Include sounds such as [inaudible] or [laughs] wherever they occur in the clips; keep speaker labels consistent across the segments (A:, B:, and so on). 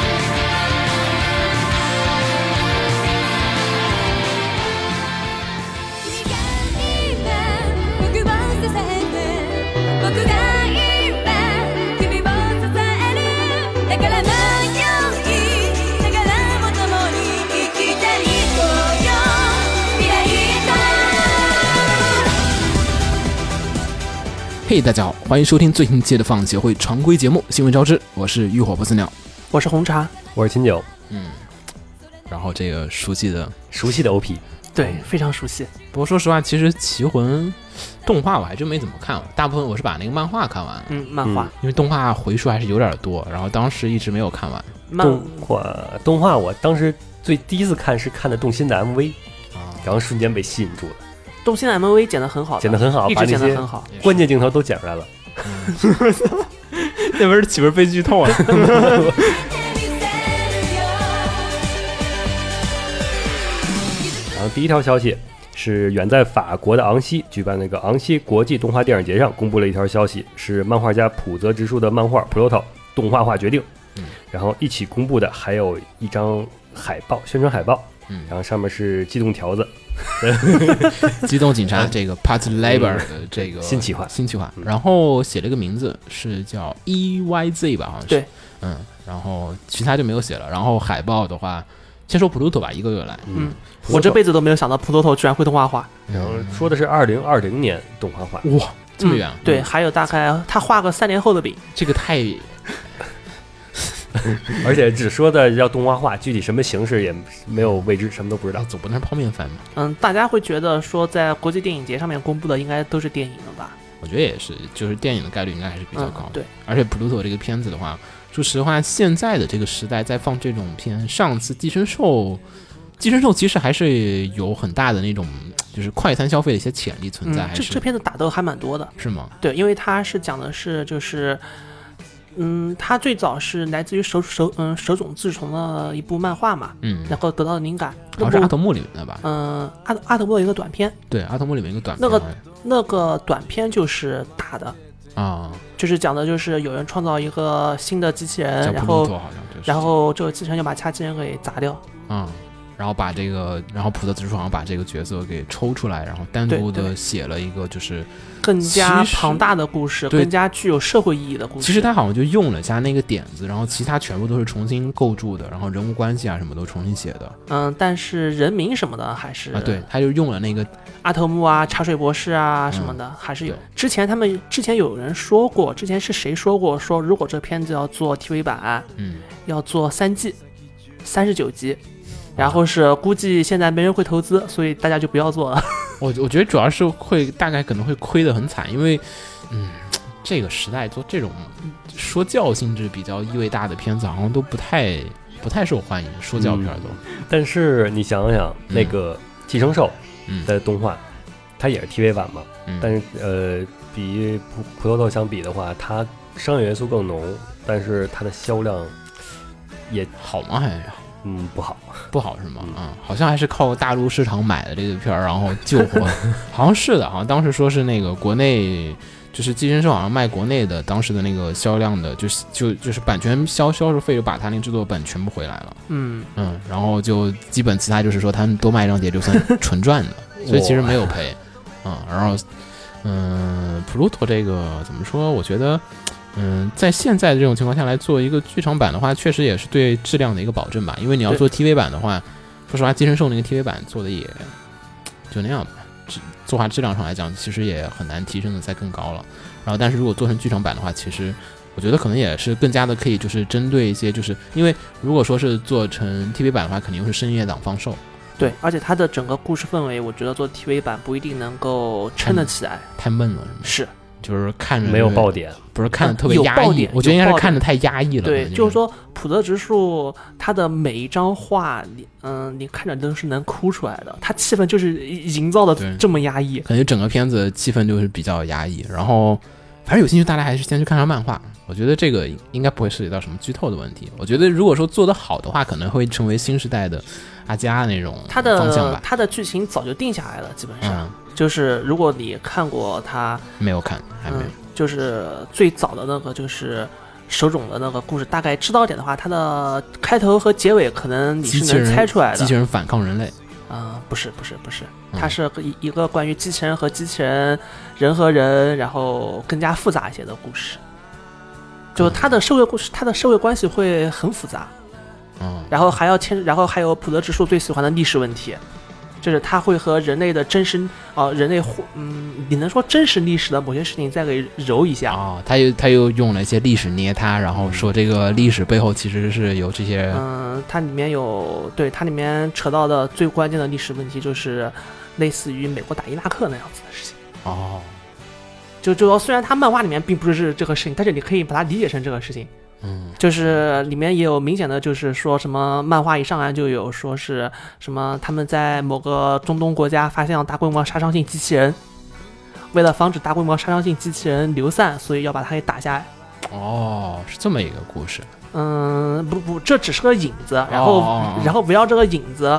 A: 君が今僕を支えて」「僕が今君を支える」「だから迷いながらも共に生きていこうよ未来と」
B: 嘿、大家好，欢迎收听最新期的放协会常规节目《新闻招之》，我是浴火不死鸟。
C: 我是红茶，
D: 我是秦九，
B: 然后这个熟悉的，
D: 熟悉的 OP，
C: 对，非常熟悉。
B: 不过说实话，其实《棋魂》动画我还真没怎么看，大部分我是把那个漫画看完了，
C: 嗯，漫画，
B: 因为动画回数还是有点多，然后当时一直没有看完。
C: 漫
D: 动画动画，我当时最第一次看是看的动心的 MV，
B: 啊，
D: 然后瞬间被吸引住了，
C: 动心的 MV 剪得很好的，
D: 剪得很好，
C: 一
D: 把
C: 直
D: 那
C: 剪得
D: 些
C: 很好。
D: 关键镜头都剪出来了。
B: 那不是岂不是被剧透了？
D: 然后第一条消息是远在法国的昂西举办那个昂西国际动画电影节上公布了一条消息，是漫画家浦泽直树的漫画《Proto》动画化决定。
B: 嗯
D: 然后一起公布的还有一张海报，宣传海报，
B: 嗯
D: 然后上面是机动条子，
B: 机动警
C: 哎
B: 察这个 Part Labor 的这个
D: 新企划
B: 新企划，
D: 嗯
B: 然后写了一个名字是叫 E Y Z 吧，好像是
C: 对，
B: 嗯，然后其他就没有写了。然后海报的话，先说 Pluto 吧，一个个来。
D: 嗯，
C: 我这辈子都没有想到普罗头居然会动画化，
B: 嗯
D: 然后说的是二零二零年动画化， [laughs]
B: 哇，这么远啊，
C: 嗯
D: 嗯
C: 对，还有大概他画个三年后的饼，
B: 这个太
D: 而且只说的要动画化，具体什么形式也没有未知，什么都不知道。
B: 哎总不能是泡面番吧？
C: 嗯，大家会觉得说在国际电影节上面公布的应该都是电影了吧？
B: 我觉得也是，就是电影的概率应该还是比较
C: 嗯
B: 高，的。
C: 对，
B: 而且 Pluto 这个片子的话，说实话，现在的这个时代在放这种片，上次《寄生兽》，《寄生兽》其实还是有很大的那种就是快餐消费的一些潜力存在，
C: 嗯，
B: 还
C: 这
B: 是
C: 这片子打斗还蛮多的，
B: 是吗？
C: 对，因为它是讲的是就是。嗯，它最早是来自于手手嗯手冢治虫的一部漫画嘛，
B: 嗯，
C: 然后得到的灵感。
B: 好像
C: 那
B: 是阿
C: 部
B: 童木里面的吧？
C: 嗯阿阿德波的一个短片，
B: 对，阿童木里面一个短片
C: 那个那个短片就是打的，
B: 啊，
C: 就是讲的就是有人创造一个新的机器
B: 叫
C: 人，呃然
B: Pluto
C: 后
B: 好像就是，
C: 然后这个机器人就把其他机器人给砸掉，
B: 啊。然后把这个，然后普泽直树好像把这个角色给抽出来，然后单
C: 对
B: 独的
C: 对
B: 写了一个，就是
C: 更加
B: 其实
C: 庞大的故事，
B: 对
C: 更加具有社会意义的故事。
B: 其实他好像就用了加那个点子，然后其他全部都是重新构筑的，然后人物关系啊什么都重新写的
C: 嗯，但是人名什么的还是
B: 啊。对，，他就用了那个
C: 阿特木啊、茶水博士啊什么的、还是有
B: 嗯对。
C: 之前他们之前有人说过，之前是谁说过说如果这片子要做 TV 版，
B: 嗯，
C: 要做三季，三十九集。然后是估计现在没人会投资，所以大家就不要做了。 [laughs]
B: 我我觉得主要是会大概可能会亏得很惨，因为嗯，这个时代做这种说教性质比较意味大的片子，好像都不太不太受欢迎，说教片儿都。
D: 但是你想想，
B: 嗯
D: 那个《寄生兽
B: 嗯》
D: 的动画，它也是 TV 版嘛，
B: 嗯
D: 但是呃，比葡葡萄豆相比的话，它商业元素更浓，但是它的销量
B: 好吗？还
D: 嗯不好。
B: 不好是吗？啊、好像还是靠大陆市场买的这个片儿，然后救火， [laughs] 好像是的，好像当时说是那个国内。就是《寄生兽》好像卖国内的当时的那个销量的，就是就就是版权销销售费就把他那制作版全部回来了，
C: 嗯，
B: 嗯，然后就基本其他就是说他们多卖一张碟就算纯赚的，所以其实没有赔，嗯，然后嗯，Pluto 这个怎么说？我觉得嗯，在现在的这种情况下来做一个剧场版的话，确实也是对质量的一个保证吧，因为你要
C: 对
B: 做 TV 版的话，说实话，《寄生兽》那个 TV 版做的也就那样吧，质作画质量上来讲，其实也很难提升的再更高了。然后，但是如果做成剧场版的话，其实我觉得可能也是更加的可以，就是针对一些，就是因为如果说是做成 TV 版的话，肯定是深夜档放售。
C: 对，而且它的整个故事氛围，我觉得做 TV 版不一定能够撑得起来。
B: 太闷嗯了，是吗
C: 是
B: 就是看着
D: 没有爆，点，
B: 不是看着
C: 嗯
B: 特别
C: 有
B: 压
C: 爆
B: 抑
C: 点。
B: 我觉得应该
C: 有
B: 是
C: 爆点
B: 看着太压抑了。可
C: 对，
B: 能
C: 就是，说普泽直树他的每一张画，你嗯，你看着都是能哭出来的。他气氛就是营造
B: 对
C: 的这么压抑。
B: 可能整个片子气氛就是比较压抑。然后，反正有兴趣，大家还是先去看看漫画。我觉得这个应该不会涉及到什么剧透的问题。我觉得如果说做得好的话，可能会成为新时代的阿加那种
C: 它
B: 方向
C: 的
B: 吧。
C: 它的剧情早就定下来了，基本上、
B: 嗯，
C: 就是如果你看过它，
B: 没有看，还没有
C: 嗯。，就是最早的那个就是手冢的那个故事，大概知道点的话，它的开头和结尾可能你
B: 机
C: 是
B: 器
C: 能
B: 人
C: 猜出来的
B: 机。器人反抗人类，
C: 啊、不是不是不是，
B: 嗯
C: 它是个一一个关于机器人和机器人、人和人，然后更加复杂一些的故事。就它的社会故事，它的社会关系会很复杂，
B: 嗯，
C: 然后还要牵，然后还有普德直树最喜欢的历史问题，就是它会和人类的真实啊、人类互嗯，你能说真实历史的某些事情再给揉一下，
B: 哦，他又他又用了一些历史捏他，然后说这个历史背后其实是有这些，
C: 嗯，它里面有对它里面扯到的最关键的历史问题，就是类似于美国打伊拉克那样子的事情。
B: 哦，
C: 就就虽然它漫画里面并不是这个事情，但是你可以把它理解成这个事情。
B: 嗯，
C: 就是里面也有明显的，就是说什么漫画一上来就有说是什么他们在某个中东国家发现了大规模杀伤性机器人，为了防止大规模杀伤性机器人流散，所以要把它给打下来。
B: 哦，是这么一个故事，
C: 嗯，不不，这只是个影子，然
B: 哦
C: 后、
B: 哦哦
C: 然后围绕这个影子，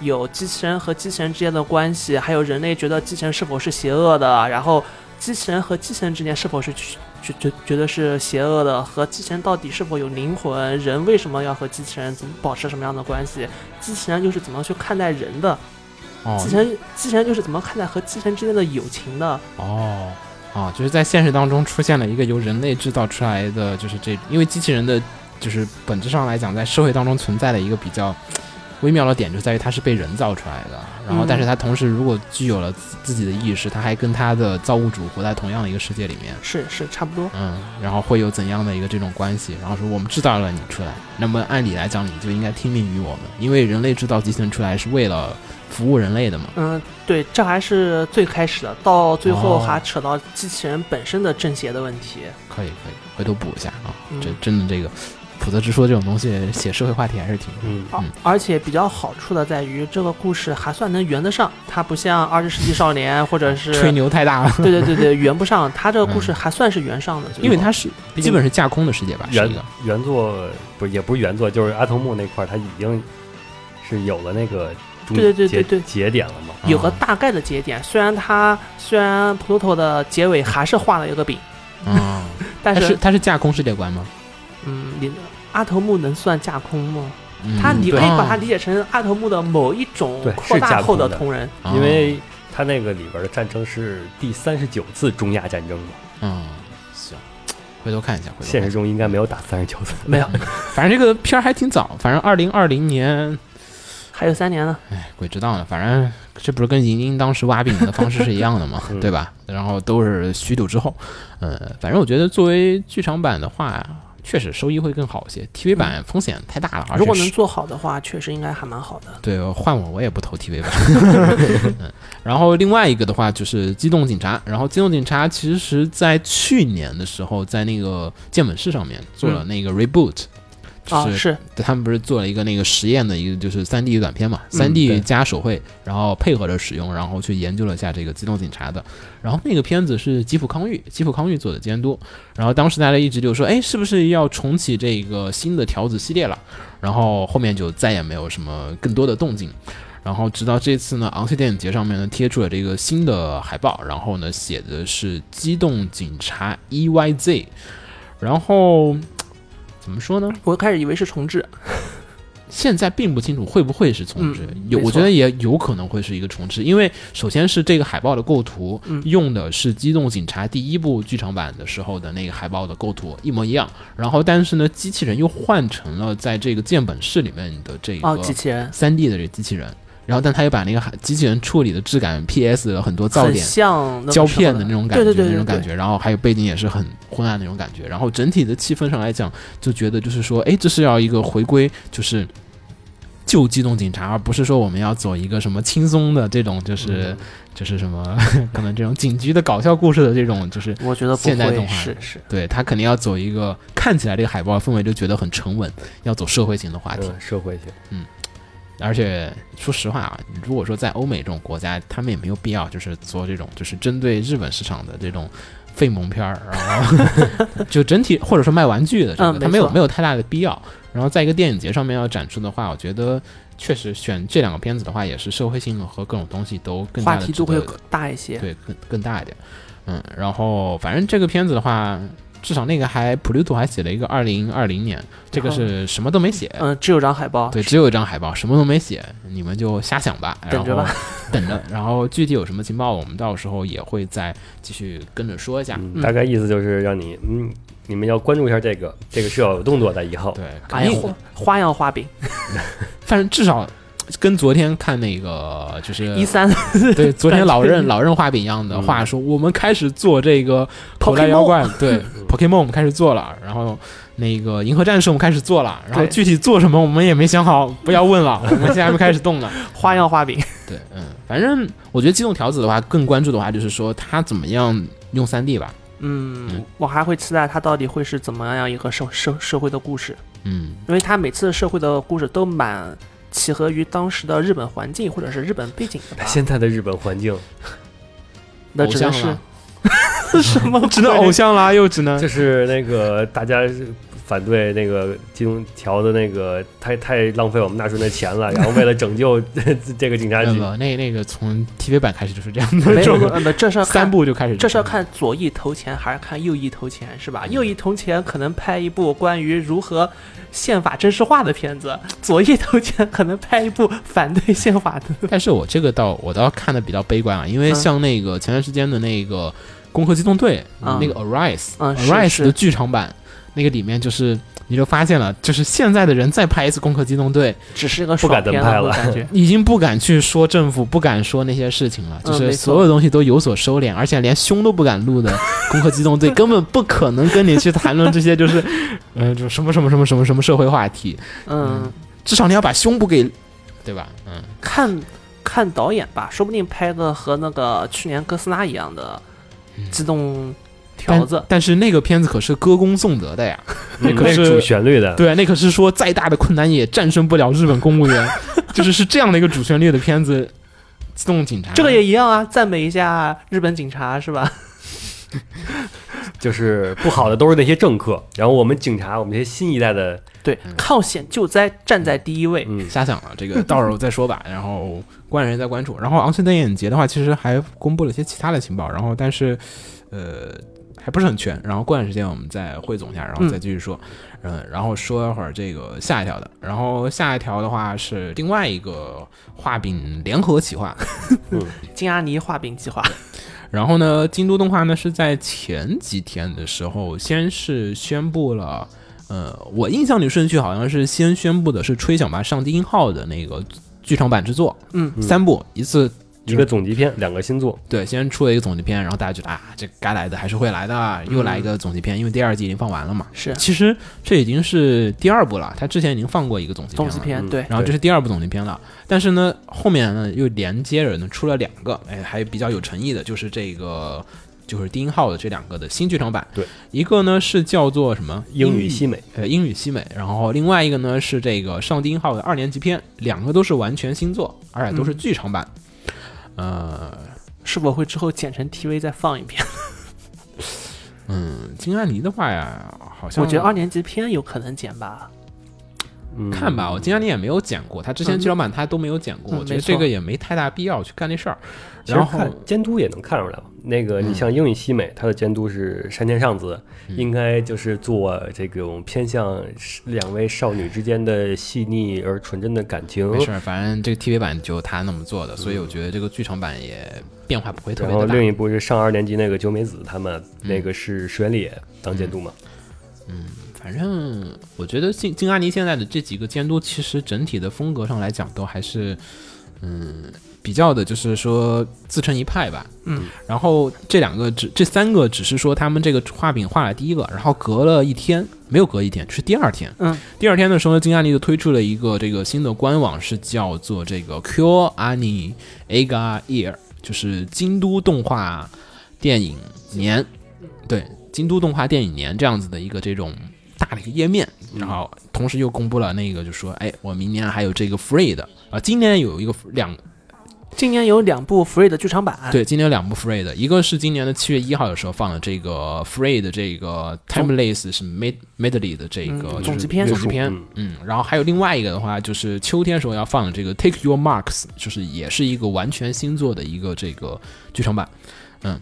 C: 有机器人和机器人之间的关系，还有人类觉得机器人是否是邪恶的，然后机器人和机器人之间是否是觉觉觉得是邪恶的，和机器人到底是否有灵魂，人为什么要和机器人怎么保持什么样的关系，机器人又是怎么去看待人的，
B: 哦
C: 机器人机器人又是怎么看待和机器人之间的友情的，
B: 哦。啊，就是在现实当中出现了一个由人类制造出来的，就是这，因为机器人的，就是本质上来讲，在社会当中存在的一个比较微妙的点，就在于它是被人造出来的。然后，但是它同时如果具有了自自己的意识，它还跟它的造物主活在同样的一个世界里面。
C: 是是差不多。
B: 嗯，然后会有怎样的一个这种关系？然后说我们制造了你出来，那么按理来讲，你就应该听命于我们，因为人类制造机器人出来是为了服务人类的嘛。
C: 嗯，对，这还是最开始的，到最后
B: 哦
C: 还扯到机器人本身的正邪的问题。
B: 可以可以，回头补一下啊。
C: 嗯
B: 这真的这个普泽直说这种东西写社会话题还是挺
D: 嗯，
C: 而
B: 嗯
C: 而且比较好处的在于，这个故事还算能圆得上，它不像《二十世纪少年》或者是
B: 吹牛太大了，
C: 对对对对，圆不上。它这个故事还算是圆上的，就是
B: [laughs] 因为它是
D: 毕竟
B: 基本是架空的世界吧，是
D: 原
B: 一个
D: 原作不是也不是原作，就是阿童木那块儿，他已经是有了那个终
C: 对对对
D: 节
C: 对对
D: 节点了嘛。
C: 有个大概的节点。虽然它虽然 Pluto 的结尾还是画了一个饼， [laughs]
B: 啊，
C: 但
B: 它
C: 是
B: 是它是架空世界观吗？
C: 嗯，你阿童木能算架空吗？
B: 嗯
C: 它你可以把它
B: 对
C: 理解成阿童木的某一种
D: 对
C: 扩
D: 是架
C: 大后的
D: 空的
C: 同人。
B: 啊
D: 因为他那个里边的战争是第三十九次中亚战争嘛，
B: 嗯行，回头看一下，回头看一下
D: 现实中应该没有打三十九次，，
C: 没有，
B: 反正这个片儿还挺早，反正二零二零年，
C: 还有三年呢。
B: 哎，鬼知道呢。反正这不是跟银鹰当时挖饼的方 [laughs] 式是一样的嘛
D: 嗯
B: 对吧？然后都是虚度之后，呃，反正我觉得作为剧场版的话，确实收益会更好一些。TV 版风险太大了，而且
C: 如果能
B: 是
C: 做好的话，确实应该还蛮好的。
B: 对换我我也不投 TV [laughs] 版。嗯，然后另外一个的话就是《机动警察》，然后《机动警察》其实在去年的时候，在那个见闻室上面做了那个 reboot，、
C: 啊
B: 嗯哦就，是
C: 是
B: 对他们不是做了一个那个实验的一个就是三 D 短片嘛，
D: 嗯
B: 三
D: 对
B: D 加手绘，然后配合着使用，然后去研究了一下这个机动警察的。然后那个片子是吉普康裕，吉普康裕做的监督。然后当时大家一直就说，哎，是不是要重启这个新的条子系列了？然后后面就再也没有什么更多的动静。然后直到这次呢，昂西电影节上面呢贴出了这个新的海报，然后呢写的是《机动警察 EYZ》，然后怎么说呢？
C: 我开始以为是重置，
B: 现在并不清楚会不会是重置，
C: 嗯
B: 有
C: 没错
B: 我觉得也有可能会是一个重置，因为首先是这个海报的构图、
C: 嗯
B: 用的是《机动警察》第一部剧场版的时候的那个海报的构图一模一样，然后但是呢，机器人又换成了在这个建本室里面的这
C: 哦，
B: 个
C: 机器人
B: 三 D 的这个机器人，然后但他又把那个海机器人处理的质感 PS 了很多噪
C: 很
B: 点，
C: 像那个
B: 胶
C: 时候
B: 片的那种感觉，
C: 对对对
B: 那种
C: 对
B: 感觉，然后还有背景也是很昏暗的那种感觉，然后整体的气氛上来讲，就觉得就是说，哎，这是要一个回归，就是旧机动警察，而不是说我们要走一个什么轻松的这种，就是、
C: 嗯
B: 就是什么 [laughs] 可能这种警局的搞笑故事的这种，就是
C: 我觉得不
B: 现代动
C: 会，
B: 画
C: 是是，
B: 对他肯定要走一个看起来这个海报氛围就觉得很沉稳，要走社会型的话题，
D: 嗯，社会性。
B: 而且说实话啊，如果说在欧美这种国家，他们也没有必要就是做这种就是针对日本市场的这种废萌片儿，然后
C: [laughs]
B: [laughs] 就整体或者说卖玩具的，这个
C: 嗯
B: 它
C: 没
B: 没有
C: 错
B: 没有太大的必要。然后在一个电影节上面要展示的话，我觉得确实选这两个片子的话，也是社会性和各种东西都更
C: 话
B: 大的
C: 题度会
B: 值得
C: 大一些。
B: 对更更大一点。嗯，然后反正这个片子的话，至少那个还 Pluto 还写了一个二零二零年，这个
C: 然后
B: 是什么都没写，
C: 嗯，只有张海报，
B: 对，只有一张海报，什么都没写，你们就瞎想吧，然
C: 等着吧
B: 后 [laughs] 等着。然后具体有什么情报，我们到时候也会再继续跟着说一下。
D: 嗯大概意思就是让你，嗯，你们要关注一下这个，这个是要有动作的以后。
B: 对，
C: 哎
B: 肯
C: 呀，
B: 定，
C: 花花样画饼
B: 反正至少跟昨天看那个就是
C: 一
B: [laughs]
C: 三，
B: 对昨天老
C: [laughs]
B: 任
C: 对
B: 老任画饼一样的
D: 嗯
B: 话说，我们开始做这个口袋妖怪，
C: [laughs]
B: 对 Pokemon 我们开始做了，然后那个银河战士我们开始做了，然后
C: 对
B: 具体做什么我们也没想好，不要问了，我们现在还没开始动呢。
C: 花样画饼，
B: 对，嗯，反正我觉得机动条子的话，更关注的话就是说他怎么样用三 D 吧。
C: 嗯
B: 嗯，
C: 我还会期待它到底会是怎么样一个社社社会的故事，
B: 嗯，
C: 因为它每次社会的故事都蛮契合于当时的日本环境或者是日本背景的吧。
D: 现在的日本环境，
C: 那
B: 哎偶
C: 只
B: 像
C: 能是
B: 啦
C: [laughs] 什么
B: [laughs]
C: 鬼？
B: 只能偶像啦，又只能
D: 就是那个大家反对那个金融条的那个太太浪费我们纳税人的钱了，然后为了拯救 [laughs] 这个警察
B: 那
D: 局，
B: 个那那个从 TV 版开始就是这样的
C: 没有，
B: 状
C: 呃
B: 况，
C: 不，这是要看
B: [laughs] 三部就开始
C: 这是要看左翼投钱还是看右翼投钱，是吧？
D: 嗯
C: 右翼投钱可能拍一部关于如何宪法正式化的片子，左翼投钱可能拍一部反对宪法的。
B: 但是我这个倒我倒看的比较悲观啊，因为
C: 嗯
B: 像那个前段时间的那个《攻壳机动队》
C: 嗯
B: 那个 Arise、
C: 嗯是
B: Arise
C: 是
B: 的剧场版，那个里面就是你就发现了，就是现在的人再拍一次《攻壳机动队》，
C: 只是一个
D: 不敢再
C: 爽片
D: 拍
C: 我
D: 了 [laughs]
C: 感觉
B: 已经不敢去说政府，不敢说那些事情了，就
C: 嗯
B: 是
C: 没错
B: [laughs] 所有东西都有所收敛，而且连胸都不敢露的《攻壳机动队》根本不可能跟你去谈论这些，就是呃，就什么什么什么什么什么社会话题，
C: 嗯，
B: 至少你要把胸部给，对吧？嗯。
C: 看看导演吧，说不定拍个和那个去年哥斯拉一样的
D: 嗯
C: 机动条子
B: 但，但是那个片子可是歌功颂德的呀，
D: 嗯
B: 可
D: 那
B: 是
D: 主旋律的，
B: 对，啊那可是说再大的困难也战胜不了日本公务
C: [laughs]
B: 员，就是是这样的一个主旋律的片子，《机动警察》
C: 这个也一样啊，赞美一下日本警察是吧？ [laughs]
D: 就是不好的都是那些政客，然后我们警察，我们这些新一代的，
C: 对，抗险救灾站在第一位。
D: 嗯，
B: 瞎想了，这个到时候再说吧。然后关人再关注。然后昂森电影节的话，其实还公布了一些其他的情报，然后但是呃还不是很全。然后过段时间我们再汇总一下，然后再继续说。嗯、然后说一会儿这个下一条的。然后下一条的话是另外一个画饼联合企划，
C: 金阿尼画饼计划， [laughs]
B: 然后呢，京都动画呢是在前几天的时候，先是宣布了，呃，我印象里顺序好像是先宣布的是《吹响吧上帝音号》的那个剧场版制作，
C: 嗯，
B: 三部一次。
D: 一个总集篇，两个新作，
B: 对，先出了一个总集篇，然后大家觉得啊，这该来的还是会来的，又来一个总集篇，因为第二季已经放完了嘛。
C: 是
B: 其实这已经是第二部了，它之前已经放过一个总集篇
C: 总
B: 了。
C: 集篇
D: 嗯
C: 对。
B: 然后这
D: 对
B: 是第二部总集篇了。但是呢，后面呢又连接着呢出了两个，哎，还比较有诚意的，就是这个就是低音号的这两个的新剧场版。
D: 对，
B: 一个呢是叫做什么
D: 英语西美，
B: 呃英语西美，然后另外一个呢是这个上帝音号的二年级篇，两个都是完全新作，而且都是剧场版。呃，
C: 是否会之后剪成 TV 再放一遍？
B: 嗯，金安妮的话呀，好像
C: 我觉得二年级片有可能剪吧。
D: 嗯，
B: 看吧，我金安妮也没有剪过，她之前
C: 嗯
B: 剧场版她都没有剪过，
C: 嗯
B: 我觉得
C: 没
B: 这
C: 错
B: 个也没太大必要去干这事儿。
D: 其实
B: 然后
D: 看监督也能看出来嘛。那个，
B: 嗯
D: 你像英语西美，它的监督是山田尚子，应该就是做这种偏向两位少女之间的细腻而纯真的感情。
B: 没事儿，反正这个 TV 版就他那么做的，所以我觉得这个剧场版也变化不会
D: 嗯
B: 特
D: 然
B: 别
D: 后
B: 的大。嗯
D: 另一部是上二年级那个久美子，他们那个是石原里也当监督嘛。
B: 反正我觉得金金阿尼现在的这几个监督，其实整体的风格上来讲，都还是嗯比较的，就是说自成一派吧。
C: 嗯，
B: 然后这两个只这三个只是说他们这个画饼画了第一个，然后隔了一天，没有隔一天，是第二天。
C: 嗯，
B: 第二天的时候呢，金阿尼就推出了一个这个新的官网，是叫做这个 Q Ani Aga Year，就是京都动画电影年，
C: 嗯
B: 对，京都动画电影年这样子的一个这种大的一个页面。
C: 嗯
B: 然后同时又公布了那个，就说，哎，我明年还有这个 Free 的啊，今年有一个两
C: 今年有两部 Free 的剧场版，
B: 对，今年有两部 Free 的，一个是今年的七月一号的时候放了这个 Free 的这个 Timeless 是 Med Medley 的这
C: 嗯
B: 个、就是
C: 总集篇
B: 乐
D: 总集
B: 谱
D: 篇
B: 嗯，然后还有另外一个的话，就是秋天时候要放的这个 Take Your Marks，就是也是一个完全新做的一个这个剧场版，嗯，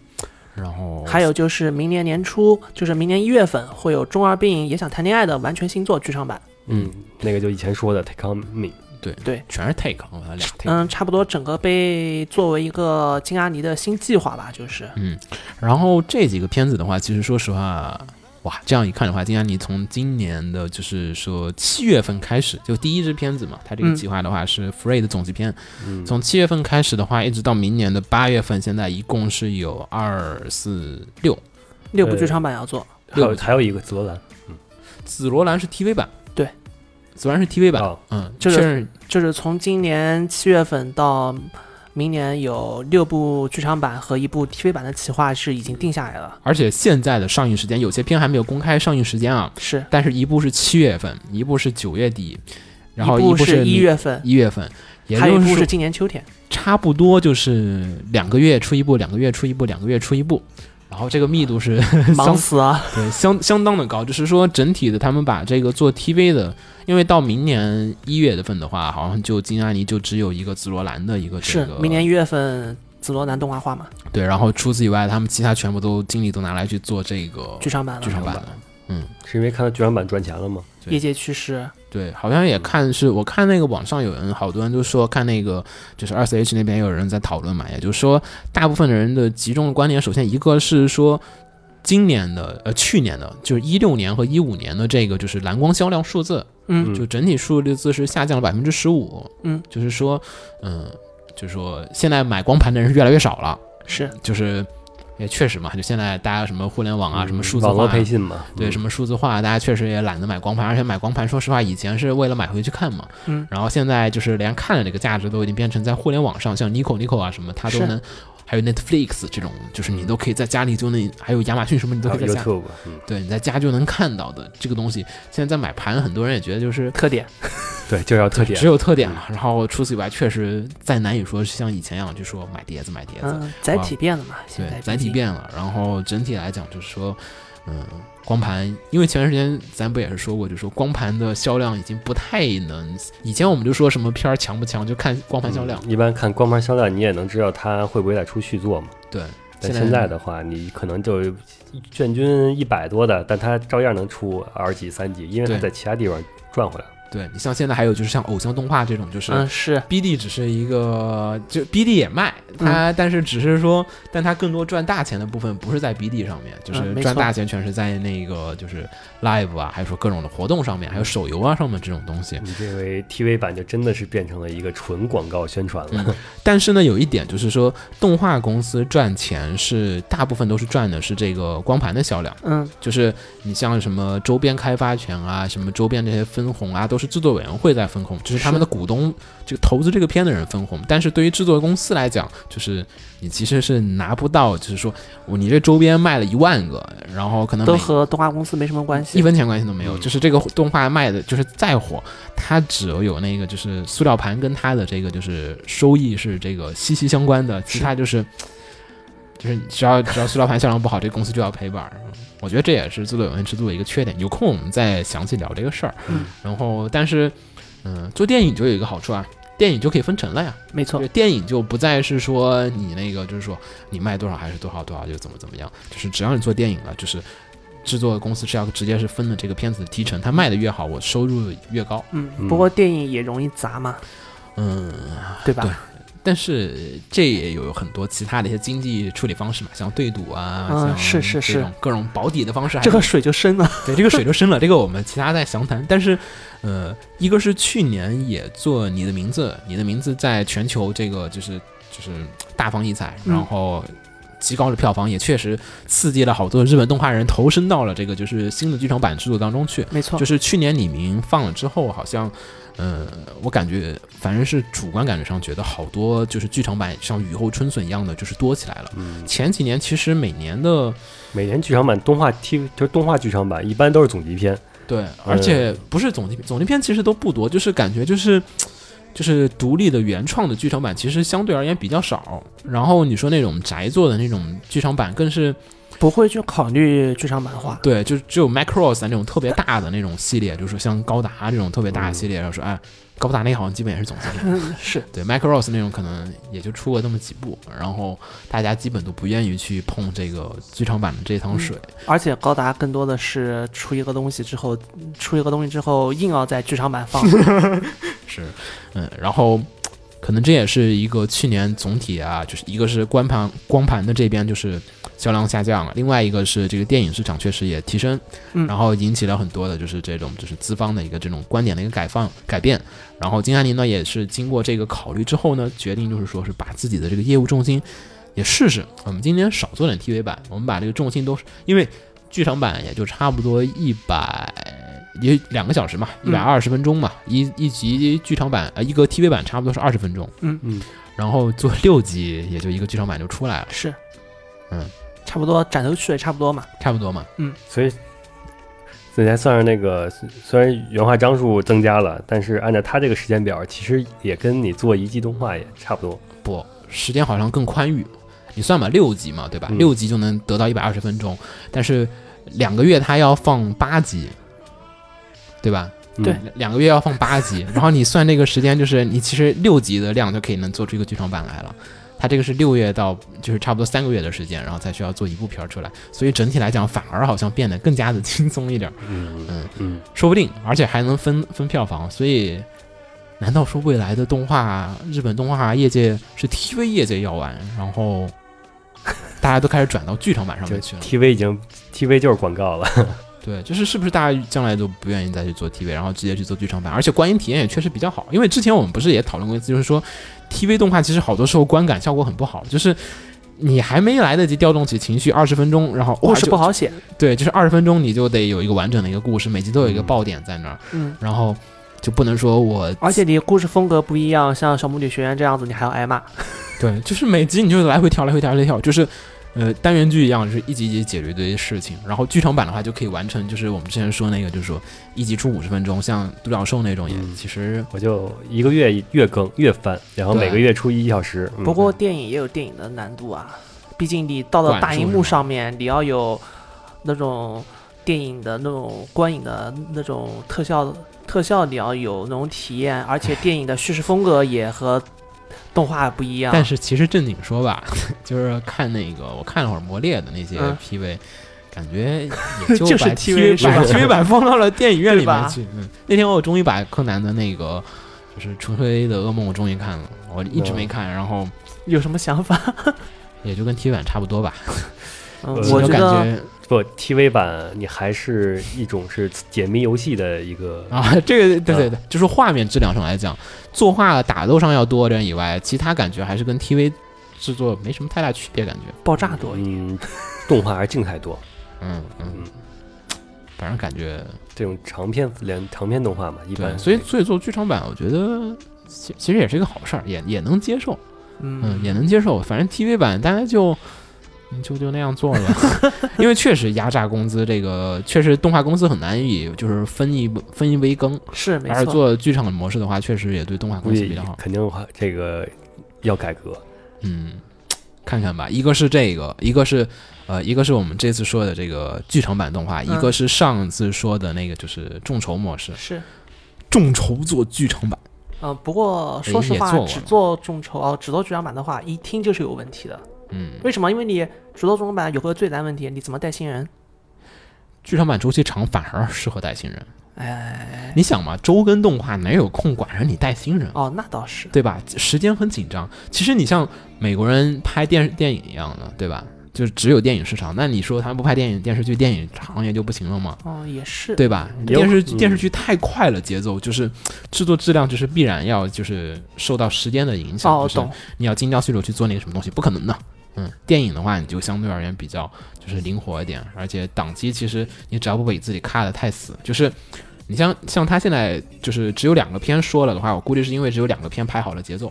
B: 然后
C: 还有就是明年年初，就是明年一月份会有《中二病也想谈恋爱》的完全新作剧场版。
D: 嗯，那个就以前说的 Take on Me，
B: 对
C: 对
B: 全是 Take，我把它俩 Take，
C: 嗯，差不多整个被作为一个金阿尼的新计划吧，就是
B: 嗯，然后这几个片子的话，其实说实话，哇，这样一看的话，金安妮从今年的就是说七月份开始，就第一支片子嘛，它这个
C: 嗯
B: 计划的话是 Free 的总集片，
D: 嗯，
B: 从七月份开始的话，一直到明年的八月份，现在一共是有二四六，
C: 六部
D: 对
C: 剧场版要做。
D: 还有还有一个泽兰
B: 紫罗兰是 TV 版，
C: 对，哦
B: 紫罗兰是 TV 版，
D: 啊，
B: 嗯，
C: 这个
B: 确认
C: 就是从今年七月份到明年有六部剧场版和一部 TV 版的企划是已经定下来了。
B: 而且现在的上映时间，有些片还没有公开上映时间啊，
C: 是，
B: 但是一部是七月份，一部是九月底，然后
C: 一部
B: 部
C: 是
B: 一
C: 一月份，
B: 一月份，也
C: 还有
B: 就
C: 一
B: 是
C: 部
B: 说
C: 是今年秋天。
B: 差不多就是两个月出一部，两个月出一部，两个月出一部，然后这个密度是
C: [laughs] 忙
B: 相
C: 死啊！
B: 对相相当的高，就是说整体的他们把这个做 TV 的，因为到明年一月份的话，好像就金阿尼就只有一个紫罗兰的一个这
C: 是
B: 个哦
C: 明年一月份紫罗兰动画化嘛，
B: 对，然后除此以外，他们其他全部都精力都拿来去做这个
C: 剧场版
B: 剧
C: 了。
B: 场版了。
D: 是因为看到剧场版赚钱了吗？
B: 对
C: 业界趋势，
B: 对，好像也看是我看那个网上有人，好多人都说看那个就是二四 H 那边有人在讨论嘛，也就是说大部分人的集中的观点，首先一个是说今年的呃去年的，就是一六年和一五年的这个就是蓝光销量数字，
C: 嗯
B: 就整体数字是下降了百分之十五，
C: 嗯，
B: 就是说嗯，就是说现在买光盘的人是越来越少了，
C: 是
B: 就是也确实嘛，就现在大家什么互联网啊，什么数
D: 嗯
B: 字
D: 网
B: 化
D: 络
B: 啊、
D: 培训嘛，
B: 对，
D: 嗯
B: 什么数字化，大家确实也懒得买光盘，而且买光盘，说实话，以前是为了买回去看嘛，
C: 嗯，
B: 然后现在就是连看的这个价值都已经变成在互联网上，像 Nico Nico 啊什么，它都
C: 是
B: 能，还有 Netflix 这种，就是你都可以在家里就能，还有亚马逊什么，你都
D: 嗯还
B: 可以
D: 有
B: 在家，
D: YouTube，嗯，
B: 对，你在家就能看到的这个东西，现在在买盘，很多人也觉得就是
C: 特点，
D: 对，就是要特点嗯
B: 只，有特点了，然后除此以外，确实再难以说是像以前一样，就说买碟子买碟子，
C: 嗯，载体变了嘛，现在
B: 对，
C: 毕
B: 载体
C: 竟，
B: 变了，然后整体来讲就是说，嗯，光盘，因为前段时间咱不也是说过，就是说光盘的销量已经不太能，以前我们就说什么片儿强不强，就看光盘销量，
D: 嗯一般看光盘销量，你也能知道它会不会再出续作嘛。
B: 对。
D: 但现在的话，你可能就卷均一百多的，但它照样能出二级、三级，因为它
B: 对
D: 在其他地方赚回来了。
B: 对你像现在还有就是像偶像动画这种，就是
C: 嗯，是
B: BD 只是一个，就 BD 也卖
C: 嗯
B: 它，但是只是说，但它更多赚大钱的部分不是在 BD 上面，就是
C: 嗯没
B: 赚
C: 错
B: 大钱全是在那个就是 live 啊，还有说各种的活动上面，还有手游啊上面这种东西。
D: 你这回 TV 版就真的是变成了一个纯广告宣传了。
B: 但是呢，有一点就是说，动画公司赚钱是大部分都是赚的是这个光盘的销量，
C: 嗯，
B: 就是你像什么周边开发权啊，什么周边这些分红啊，都是制作委员会在分红，就是他们的股东这个投资这个片的人分红。但是对于制作公司来讲，就是你其实是拿不到，就是说我你这周边卖了一万个，然后可能
C: 都
B: 每
C: 和动画公司没什么关
B: 一
C: 系。
B: 分钱关系都没有。
D: 嗯
B: 就是这个动画卖的，就是再火，它只有那个就是塑料盘跟它的这个就是收益是这个息息相关的，其他就是就是只要只要塑料盘销量不好，这个公司就要赔本儿。我觉得这也是自作委员制度的一个缺点。有空我们再详细聊这个事儿。
D: 嗯
B: 然后，但是，嗯、做电影就有一个好处啊。电影就可以分成了呀，
C: 没错
B: 就，电影就不再是说你那个，就是说你卖多少还是多少多少就怎么怎么样，就是只要你做电影了，就是制作公司是要直接是分的这个片子的提成，它卖的越好，我收入越高。
C: 嗯，不过电影也容易砸嘛，
B: 嗯，
C: 对吧？
B: 对但是这也有很多其他的一些经济处理方式嘛，像对赌啊，
C: 嗯
B: 像
C: 是是
B: 这种各种保底的方式还
C: 这
B: 是，
C: 个水就
B: [laughs]
C: 深了。
B: 对这个水就深了，这个我们其他再详谈。但是，呃，一个是去年也做你的名字，你的名字在全球这个就是就是大放异彩，
C: 嗯
B: 然后极高的票房也确实刺激了好多日本动画人投身到了这个就是新的剧场版制作当中去。
C: 没错
B: 就，是去年李明放了之后，好像，呃，我感觉反正是主观感觉上觉得好多就是剧场版像雨后春笋一样的就是多起来了。
D: 嗯，
B: 前几年其实每年的
D: [laughs] 每年剧场版动画 TV 就是动画剧场版，一般都是总集篇。
B: 对，而且不是总集总集篇其实都不多，就是感觉就是。就是独立的原创的剧场版，其实相对而言比较少。然后你说那种宅做的那种剧场版，更是
C: 不会去考虑剧场版画。
B: 对，就只有 Macross 那种特别大的那种系列，就是像高达这种特别大的系列，然后说哎，高达那好像基本也是总系列。
C: 嗯，是
B: 对 Macross 那种可能也就出过那么几部，然后大家基本都不愿意去碰这个剧场版的这趟水。
C: 而且高达更多的是出一个东西之后，出一个东西之后硬要在剧场版
B: [laughs]
C: 放，
B: 是，嗯，然后可能这也是一个去年总体啊，就是一个是光盘光盘的这边就是销量下降了，另外一个是这个电影市场确实也提升，
C: 嗯
B: 然后引起了很多的就是这种就是资方的一个这种观点的一个改放改变，然后金汉林呢也是经过这个考虑之后呢，决定就是说是把自己的这个业务重心也试试，我们今年少做点 TV 版，我们把这个重心都是因为剧场版也就差不多一百。也两个小时嘛，一
C: 嗯
B: 百二十分钟嘛，一一集剧场版呃一个 TV 版差不多是二十分钟，
D: 嗯，
B: 然后做六集也就一个剧场版就出来了，
C: 是，
B: 嗯，
C: 差不多斩头去尾差不多嘛。
B: 差不多嘛。
D: 所以这才算是那个，虽然原画章数增加了，但是按照他这个时间表，其实也跟你做一季动画也差不多。
B: 不，时间好像更宽裕，你算吧，六集嘛，对吧？
D: 嗯
B: 六集就能得到一百二十分钟，但是两个月他要放八集，对吧？
D: 嗯
C: 对
B: 两两个月要放八集， [laughs] 然后你算那个时间，就是你其实六集的量就可以能做出一个剧场版来了。它这个是六月到就是差不多三个月的时间，然后才需要做一部片儿出来，所以整体来讲反而好像变得更加的轻松一点儿，
D: 嗯
B: 嗯
D: 嗯，
B: 说不定，而且还能分分票房，所以难道说未来的动画日本动画业界是 TV 业界要完，然后 [laughs] 大家都开始转到剧场版上
D: 就
B: 面去了？
D: TV 已经 TV 就是广告了。
B: 对，就是是不是大家将来都不愿意再去做 TV，然后直接去做剧场版？而且观影体验也确实比较好，因为之前我们不是也讨论过一次，就是说 TV 动画其实好多时候观感效果很不好，就是你还没来得及调动起情绪，二十分钟，然后哇
C: 故事
B: 就
C: 不好写，
B: 对，就是二十分钟你就得有一个完整的一个故事，每集都有一个爆点在那儿，
C: 嗯，
B: 然后就不能说我
C: 而且你故事风格不一样，像小魔女学院这样子，你还要挨骂。
B: 对，就是每集你就来回跳，来回跳，来回跳，就是。呃，单元剧一样，就是一集一集解决一堆事情。然后剧场版的话，就可以完成，就是我们之前说那个，就是说一集出五十分钟，像独角兽那种也
D: 嗯
B: 其实
D: 我就一个月月更月番，然后
B: 对
D: 每个月出一小时。嗯
C: 不过电影也有电影的难度啊，毕竟你到了
B: 管
C: 大
B: 束
C: 荧
B: 是
C: 幕
B: 吗
C: 上面，你要有那种电影的那种观影的那种特效，特效你要有那种体验，而且电影的叙事风格也和动画不一样。
B: 但是其实正经说吧， [laughs] 就是看那个我看了会儿《魔猎》的那些
C: 嗯
B: PV，、感
C: [laughs]
B: 觉也就
C: 就是
B: 把
C: TV 是
B: 把
C: 吧
B: TV 版放到了电影院里
C: 对吧
B: 面去。嗯，那天我终于把柯南的那个就是《纯黑的噩梦》我终于看了，我一直没看，然后
C: 有什么想法？
B: 也就跟 TV 版差不多吧。
C: 嗯，
D: 呃
B: 就
C: 我觉
B: 感
C: 得
B: 觉
D: 不 TV 版，你还是一种是解谜游戏的一个。
B: [laughs] 啊，这个对对对，就是画面质量上来讲，作画打斗上要多点以外，其他感觉还是跟 TV 制作没什么太大区别，感觉。
C: 爆炸多一点。
D: 嗯，动画还是静态多。 [laughs]
B: 嗯嗯
D: 嗯，
B: 反正感觉。
D: 这种长篇连长篇动画嘛，一
B: 对，
D: 般
B: 所以所以做剧场版，我觉得其其实也是一个好事儿，也也能接受，嗯，也能接受。反正 TV 版大家就嗯就就那样做了吧，因为确实压榨工资，这个确实动画公司很难以就是分一分一为羹，
C: 嗯是没
B: 而
C: 错。
B: 做剧场的模式的话，确实也对动画
D: 估
B: 公司比
D: 计
B: 较好。
D: 肯定还这个要改革。
B: 嗯，看看吧，一个是这个，一个是。呃，一个是我们这次说的这个剧场版动画，一个
C: 嗯
B: 是上次说的那个就是众筹模式，
C: 是，
B: 众筹做剧场版。
C: 嗯、不过
B: 也
C: 说实
B: 哎也
C: 话
B: 做，过
C: 只
B: 了
C: 做众筹哦，只做剧场版的话，一听就是有问题的。
B: 嗯，
C: 为什么？因为你只做众筹版有个最难问题，你怎么带新人？
B: 剧场版周期长反而适合带新人。
C: 哎，
B: 你想嘛，周更动画哪有空管着你带新人，
C: 哦，那倒是。
B: 对吧？时间很紧张。其实你像美国人拍电电影一样的，对吧？就只有电影市场。那你说他们不拍电影、电视剧、电影行业就不行了吗？
C: 哦，也是。
B: 对吧？
D: 也有
B: 电视
D: 可能
B: 电视剧太快了，节奏就是制作质量就是必然要就是受到时间的影响。
C: 哦，
B: 就是
C: 懂。
B: 你要精雕细琢去做那个什么东西，不可能的。嗯，电影的话，你就相对而言比较就是灵活一点，而且档期其实你只要不给自己卡的太死，就是你像像他现在就是只有两个片说了的话，我估计是因为只有两个片排好了节奏，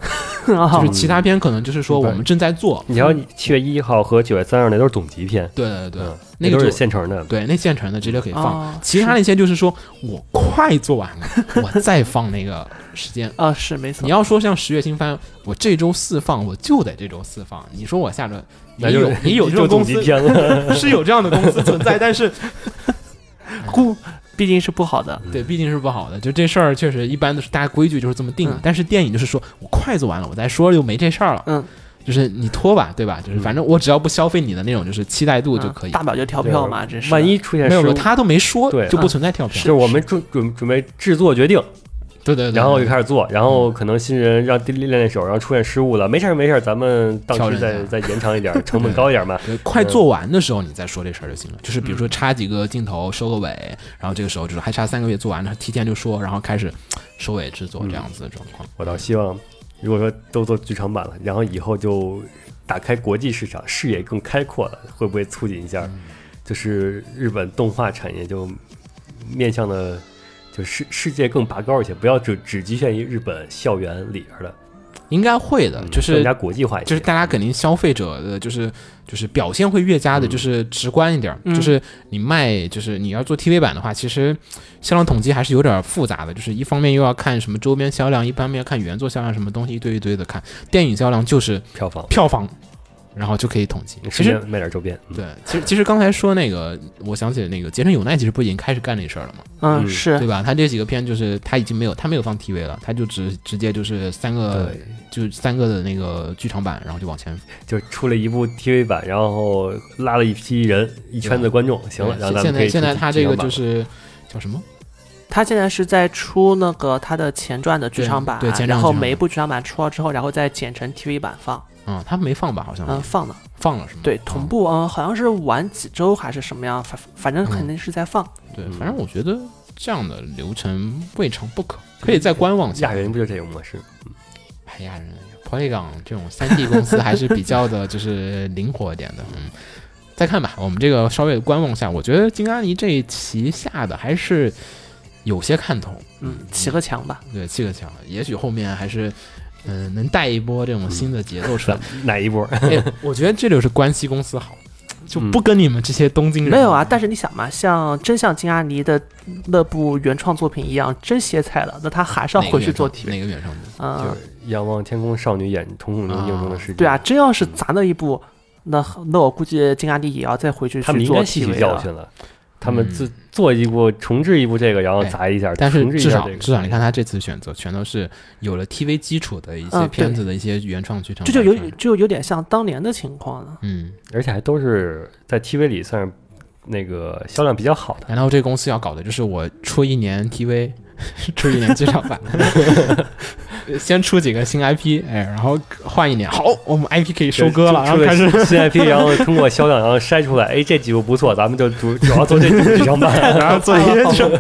C: 哦
D: 哦
B: 就是其他片可能就是说
D: 明白
B: 我们正在做。
D: 你瞧，七月一号和九月三号那都是总集片，
B: 对嗯对对
D: 嗯，
B: 那
D: 都
B: 个
D: 是
B: 就
D: 现成的。
B: 对那现成的直接可以放。
C: 啊，
B: 其他那些就是说我快做完了，我再放那个时
C: [laughs]
B: 间。
C: 啊是没错
B: 你，要说像十月新番，我这周四放，我就得这周四放。你说我下周，
D: [laughs] 那
B: 你
D: 就
B: 有
D: 是
B: 你有这
D: [laughs] 就
B: 种
D: 总
B: 公
D: 集
B: 司
D: 片了。嗯
B: 是有这样的公司存
D: [laughs]
B: 在，但是
C: 故毕竟是不好的，
B: 对，毕竟是不好的。就这事儿确实一般都是大家规矩就是这么定的，
C: 嗯
B: 但是电影就是说我快做完了，我再说就没这事儿了。
C: 嗯，
B: 就是你拖吧，对吧？就是反
D: 嗯
B: 正我只要不消费你的那种就是期待度就可以。
C: 嗯大不了就跳票嘛，真是的。
D: 万一出现
B: 没有
D: 失
B: 没
D: 误
B: 有，，他都没说，
D: 对
B: 就不存在跳
D: 就
B: 票。
D: 是我们准准准备制作决定，
B: 对对对，嗯
D: 然后就
B: 始
D: 开始做，然后可能新人让练练手，然后出现失误了，没事儿没事儿，咱们档
B: 调
D: 期
B: 整一
D: 再
B: 下
D: 再延长一点儿，成本高一点儿嘛。
B: 快做完的时候你再说这事儿就行了。就是比如说插几个镜头收个尾，然后这个时候就是还差三个月做完了，提前就说，然后开始收尾制作
D: 嗯
B: 这样子的状况。
D: 我倒希望，如果说都做剧场版了，然后以后就打开国际市场，视野更开阔了，会不会促进一下，
B: 嗯
D: 就是日本动画产业就面向的，就世世界更拔高一些，不要只只局限于日本校园里边儿的，嗯
B: 应该会的，嗯就
D: 更
B: 是
D: 加国际化一些。
B: 就是大家肯定消费者的就是就是表现会越加的，就是直观一点儿。
C: 嗯
B: 就是你卖，就是你要做 TV 版的话，其实销量统计还是有点复杂的。就是一方面又要看什么周边销量，一方面要看原作销量，什么东西一堆一堆的看。电影销量就是
D: 票房，
B: 票房，然后就可以统计。其
D: 顺
B: 实
D: 便卖点周边。嗯
B: 对，其实其实刚才说那个，我想起那个杰森有奈，其实不已经开始干这事儿了吗？
C: 嗯
D: 嗯
C: 是
B: 对吧？他这几个片就是他已经没有他没有放 TV 了，他就直直接就是三个
D: 对，
B: 就是三个的那个剧场版，然后就往前
D: 就出了一部 TV 版，然后拉了一批人，一圈子观众，行了，
B: 对
D: 然后咱们
B: 现
D: 可
B: 在
D: 以
B: 现在
D: 出
B: 他这
D: 剧
B: 个
D: 场版
B: 就
D: 了
B: 是叫什么？
C: 他现在是在出那个他的前传的剧场版，
B: 对对前传
C: 然后
B: 剧场版
C: 每一部剧场版出了之后，然后再剪成 TV 版放，
B: 嗯，他没放吧？好像
C: 嗯，放的，
B: 放了是吗？
C: 对，同步，嗯，好像是晚几周还是什么样，反反正肯定是在放，
B: 嗯对，反正我觉得这样的流程未尝不
D: 嗯
B: 可，可以再观望一下
D: 亚。人不就这种模式？
B: 哎呀人，Polygon 这种三 D 公司还是比较的，就是灵活一点的。嗯，再看吧，我们这个稍微观望一下。我觉得金刚尼这一旗下的还是有些看头，
C: 嗯，起个墙吧，
B: 对，气个强，也许后面还是。嗯，能带一波这种新的节奏出来
C: 嗯
D: 咱，哪一波？
B: 哎，我觉得这就是关系公司好，就
D: 嗯
B: 不跟你们这些东京人
C: 没有啊，但是你想嘛，像真像金阿尼的那部原创作品一样，真歇菜了，那他还是要回去做 TV，
B: 哪个原创的？
D: 就
C: 嗯
D: 是，仰望天空少女演《瞳孔中映中的世界》。
C: 对啊，，真要是咱那一部，那那我估计金阿尼也要再回去
D: 他
C: 去
D: 们应
C: 做啊
D: 该吸
C: TV
D: 取
C: 了
D: 教训了。他们
B: 啊嗯哎
D: 自做一部重置一部这个，然后砸一下，
B: 但是
D: 重置一
B: 至
D: 下
B: 少
D: 这个。
B: 至少你看他这次选择全都是有了 TV 基础的一些
C: 嗯
B: 片
C: 对
B: 子的一些原创剧场
C: 这
B: 版
C: 就
B: 上，
C: 有就有点像当年的情况了。
B: 嗯，
D: 而且还都是在 TV 里算是那个销量比较好的。
B: 难道这公司要搞的就是我出一年 TV，出 [laughs] 一年剧场版，先出几个新 IP，哎，然后换一年，好，我们 IP 可以收割了，然
D: 出
B: 后
D: 了
B: 开始。
D: 新 IP，然后通过销量，然后筛出来，哎，这几部不错，咱们就主主要做这几部剧场版。
B: [laughs] 然后做一些
D: [laughs]
B: 这种，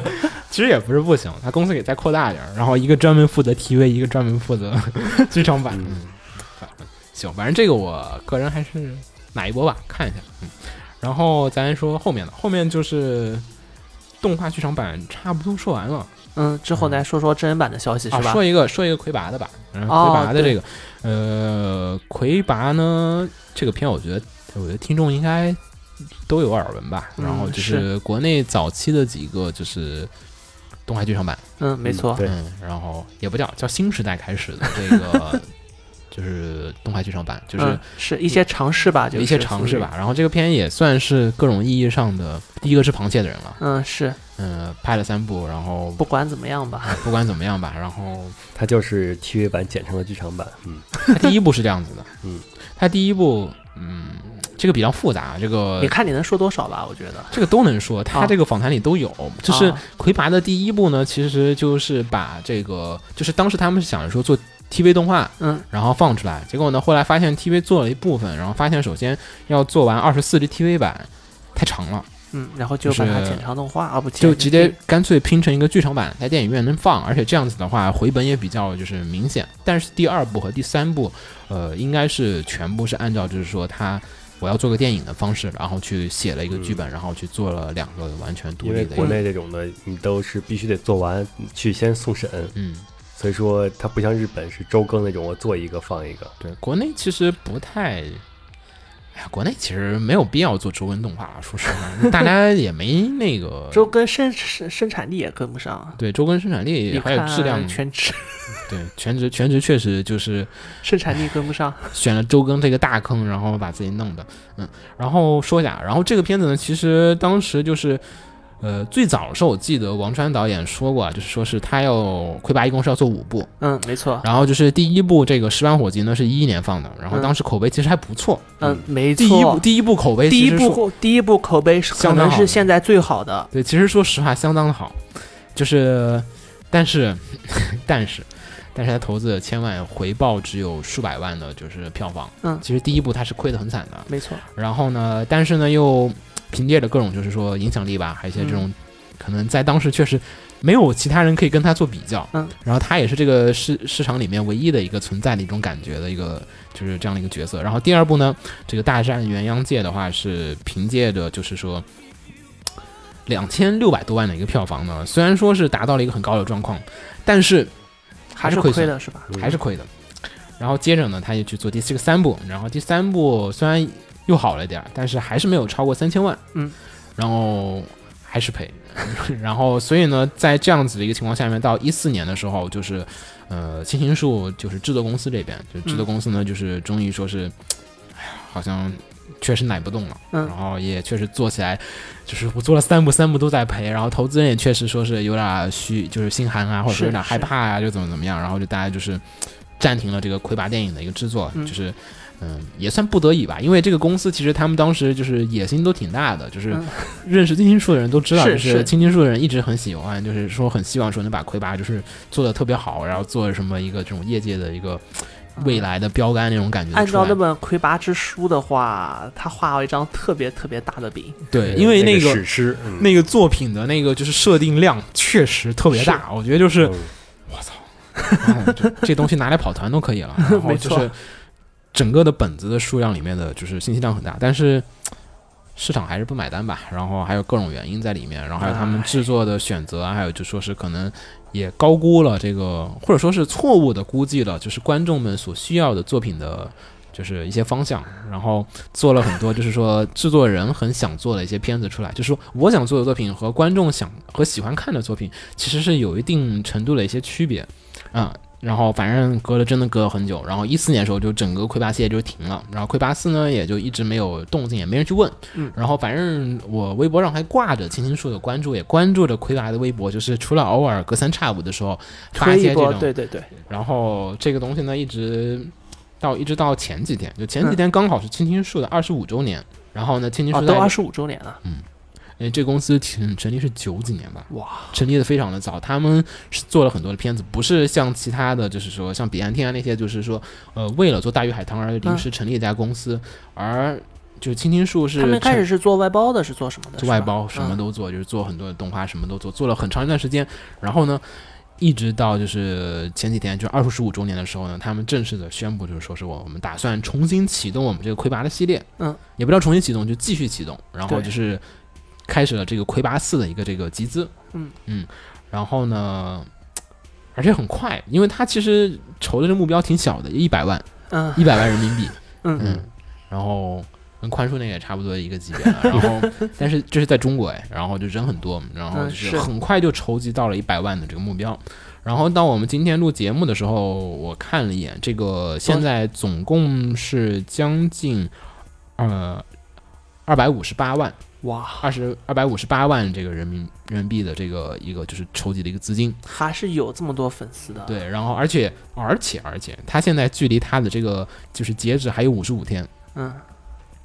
B: 其实也不是不行，他公司给再扩大一点儿，然后一个专门负责 TV，一个专门负责 [laughs] 剧场版。
D: 嗯
B: 嗯，反正行，反正这个我个人还是哪一波吧，看一下。嗯，然后咱说后面的，后面就是动画剧场版差不多说完了。
C: 嗯，之后再说说真人版的消息是
B: 啊，
C: 吧？
B: 说一个说一个魁拔的吧，嗯，魁
C: 哦
B: 拔的
C: 对
B: 这个，呃，魁拔呢这个片，我觉得我觉得听众应该都有耳闻吧，然后
C: 嗯
B: 就是国内早期的几个就是。东海剧场版，
C: 嗯，没错。
D: 对
B: 嗯，然后也不叫叫新时代开始的这
C: [laughs]
B: 个，就是东海剧场版，就是嗯
C: 嗯，是一些尝试吧，就
B: 有一些
C: 是
B: 尝试吧。。然后这个片也算是各种意义上的第一个吃螃蟹的人了，
C: 嗯，是
B: 嗯、拍了三部，然后
C: 不管怎么样吧，
B: 不管怎么样吧，然后
D: 它就是 TV 版剪成了剧场版。嗯，
B: 他第一部是这样子
C: [laughs]
B: 的，
D: 嗯，
B: 他第一部，嗯，这个比较复杂，这个
C: 你看你能说多少吧？我觉得，
B: 这个都能说，他
C: 啊
B: 这个访谈里都有。就是
C: 啊
B: 魁拔的第一部呢，其实就是把这个，就是当时他们是想着说做 TV 动画，
C: 嗯，
B: 然后放出来，结果呢，后来发现 TV 做了一部分，然后发现首先要做完二十四集 TV 版太长了，
C: 嗯，然后就把它
B: 就是
C: 剪长动画啊，不剪
B: 就直接干脆拼成一个剧场版，在电影院能放，而且这样子的话回本也比较就是明显。但是第二部和第三部，呃，应该是全部是按照就是说它。我要做个电影的方式，然后去写了一个剧本，然后去做了两个完全独
D: 嗯因为
B: 立的一
D: 国
B: 个，
D: 内这种的，你都是必须得做完去先送审，
B: 嗯，
D: 所以说它不像日本是周更那种，我做一个放一个。
B: 对，国内其实不太，哎呀，国内其实没有必要做周更动画了，说实话，大家也没那个
C: 周更生生生产力也跟不上，啊
B: 对周更生产力
C: 你
B: 还有
C: 看
B: 质量，
C: 全职
B: 对全职全职确实就是
C: 生产力跟不上。
B: 选了周更这个大坑，然后把自己弄的，嗯，然后说一下，然后这个片子呢，其实当时就是，呃，最早的时候我记得王川导演说过啊，就是说是他要魁拔一共是要做五部，
C: 嗯，没错。
B: 然后就是第一部这个《十万火急》呢是一一年放的，然后
C: 嗯
B: 当时口碑其实还不错，
C: 嗯，没
B: 第一部
C: 错。
B: 第一部口碑
C: 第
B: 其
C: 一
B: 实
C: 部
B: 说
C: 口第一部口碑是可
B: 相当
C: 能
B: 好
C: 是现在最好的，
B: 对，其实说实话相当的好，就是但是但是。但是他投资了千万，回报只有数百万的，就是票房。
C: 嗯
B: 其实第一部他是亏得很惨的，
C: 没错。
B: 然后呢，但是呢又凭借着各种就是说影响力吧，还有一些这种、
C: 嗯
B: 可能在当时确实没有其他人可以跟他做比较。
C: 嗯，
B: 然后他也是这个市市场里面唯一的一个存在的一种感觉的一个就是这样的一个角色。然后第二部呢，这个大战元央界的话是凭借着就是说。两千六百多万的一个票房呢，虽然说是达到了一个很高的状况，但是还
C: 还
B: 是
C: 是
B: 亏
C: 亏
B: 损
C: 的是吧？
B: 还是亏的。然后接着呢，他又去做第四个三部，然后第三部虽然又好了一点儿，但是还是没有超过三千万，
C: 嗯，
B: 然后还是赔。 [laughs] 然后所以呢，在这样子的一个情况下面，到一四年的时候，就是呃，青青树就是制作公司这边，就
C: 嗯
B: 制作公司呢，就是终于说是，哎呀，好像确实奶不动了，
C: 嗯
B: 然后也确实做起来，就是我做了三部，三部都在赔，然后投资人也确实说是有点虚，就是心寒啊，或者
C: 是
B: 说有点
C: 是
B: 害怕啊，就怎么怎么样，然后就大家就是暂停了这个魁拔电影的一个制作，
C: 嗯
B: 就是。嗯，也算不得已吧，因为这个公司其实他们当时就是野心都挺大的，就是
C: 嗯
B: 认识青青树的人都知道，
C: 是
B: 就是
C: 是
B: 青青树的人一直很喜欢，就是说很希望说能把魁拔就是做的特别好，然后做什么一个这种业界的一个未来的标杆那种感觉
C: 按
B: 出来。
C: 照那本《魁拔之书》的话，他画了一张特别特别大的饼，
B: 对，因为
D: 嗯那
B: 那个
D: 史诗，嗯
B: 那个作品的那个就是设定量确实特别大，我觉得就是
D: 嗯
B: 啊这这东西拿来跑团都可以
C: [laughs]
B: 了。然后
C: 没
B: 就
C: 错
B: 是整个的本子的数量里面的就是信息量很大，但是市场还是不买单吧。然后还有各种原因在里面，然后还有他们制作的选择啊，还有就说是可能也高估了这个，或者说是错误的估计了，就是观众们所需要的作品的。就是一些方向，然后做了很多，就是说制作人很想做的一些片子出来，就是说我想做的作品和观众想和喜欢看的作品其实是有一定程度的一些区别，啊、然后反正隔了真的隔了很久，然后一四年的时候就整个魁拔系列就停了，然后魁拔四呢也就一直没有动静，也没人去问。
C: 嗯
B: 然后反正我微博上还挂着青青树的关注，也关注着魁拔的微博，就是除了偶尔隔三差五的时候发
C: 推
B: 些
C: 一
B: 这
C: 波，
B: 种
C: 对对对，
B: 然后这个东西呢，一直到一直到前几天，就前几天刚好是青青树的二十五周年。然后呢，青青
C: 嗯哦，
B: 树
C: 都
B: 在、
C: 二十五周年了，
B: 呃这公司成成立是九几年吧，
C: 哇，
B: 成立的非常的早。他们是做了很多的片子，不是像其他的就是说像彼岸天啊那些，就是说呃为了做大鱼海棠而临时成立一家公司，而就是青青树是
C: 嗯他们开
B: 成
C: 始是做外包的，是做什么的？
B: 做
C: 是吧
B: 外包，什么
C: 嗯
B: 都做，就是做很多的动画，什么都做，做了很长一段时间。然后呢，一直到就是前几天，就二十五周年的时候呢，他们正式的宣布，就是说是我我们打算重新启动我们这个魁拔的系列，
C: 嗯，
B: 也不叫重新启动，就继续启动，然后
C: 对
B: 就是开始了这个魁拔四的一个这个集资，
C: 嗯
B: 嗯，然后呢。而且很快，因为他其实筹的这目标挺小的，一百万，
C: 嗯
B: 一百万人民币，
C: 嗯
B: 嗯，然后跟宽恕那个也差不多一个级别了。然后，但是这是在中国哎，然后就人很多，然后就
C: 嗯
B: 是
C: 是
B: 很快就筹集到了一百万的这个目标。然后到我们今天录节目的时候，我看了一眼，这个现在总共是将近呃二百五十八万，
C: 哇，
B: 二十二百五十八万这个人民人民币的这个一个就是筹集的一个资金。
C: 还是有这么多粉丝的，，
B: 对，然后而且而且而且，他现在距离他的这个就是截止还有五十五天。
C: 嗯，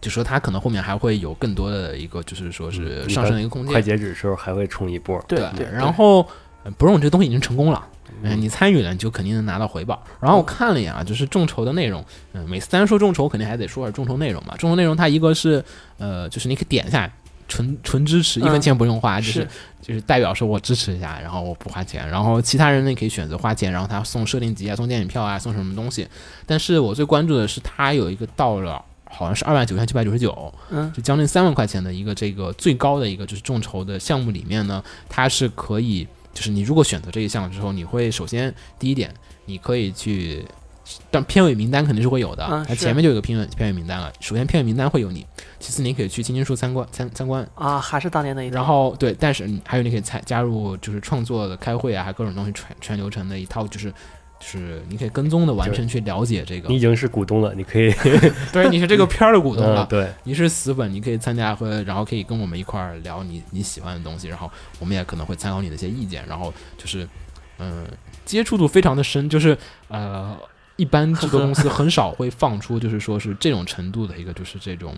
B: 就说他可能后面还会有更多的一个，就是说是
D: 嗯
B: 上升的一个空
D: 快
B: 间。
D: 截止的时候还会冲一波，
C: 对
B: 对
C: 对，
B: 然后呃不用这东西已经成功了，嗯，你参与了，你就肯定能拿到回报。然后我看了一眼啊，就是众筹的内容，嗯，每次单说众筹，肯定还得说点众筹内容嘛。众筹内容它一个是呃，就是你可以点一下。纯纯支持，一分
C: 嗯
B: 钱不用花，就是
C: 是
B: 就是代表说我支持一下，然后我不花钱，然后其他人呢可以选择花钱，然后他送设定集啊、送电影票啊、送什么东西。但是我最关注的是他有一个到了好像是二万九千七百九十九，
C: 嗯
B: 就将近三万块钱的一个这个最高的一个就是众筹的项目里面呢，它是可以，就是你如果选择这一项之后，你会首先第一点，你可以去，但片尾名单肯定是会有的，
C: 嗯
B: 那
C: 是
B: 前面就有个片尾片尾名单了。首先片尾名单会有你，其次你可以去青青树参观参参观，
C: 啊，还是当年那一套。
B: 然后对，但是你还有你可以参加入就是创作的开会啊，还有各种东西全全流程的一套就是。就是你可以跟踪的完全去了解这个 [laughs]
D: 你已，经是股东了，你可以
B: 对， [laughs] 你是这个片儿的股东了
D: [laughs] 嗯，，对，
B: 你是死粉，你可以参加和，然后可以跟我们一块儿聊你你喜欢的东西，然后我们也可能会参考你的一些意见，然后就是，嗯、接触度非常的深，就是呃，一般制作公司很少会放出就是说是这种程度的一个就是这种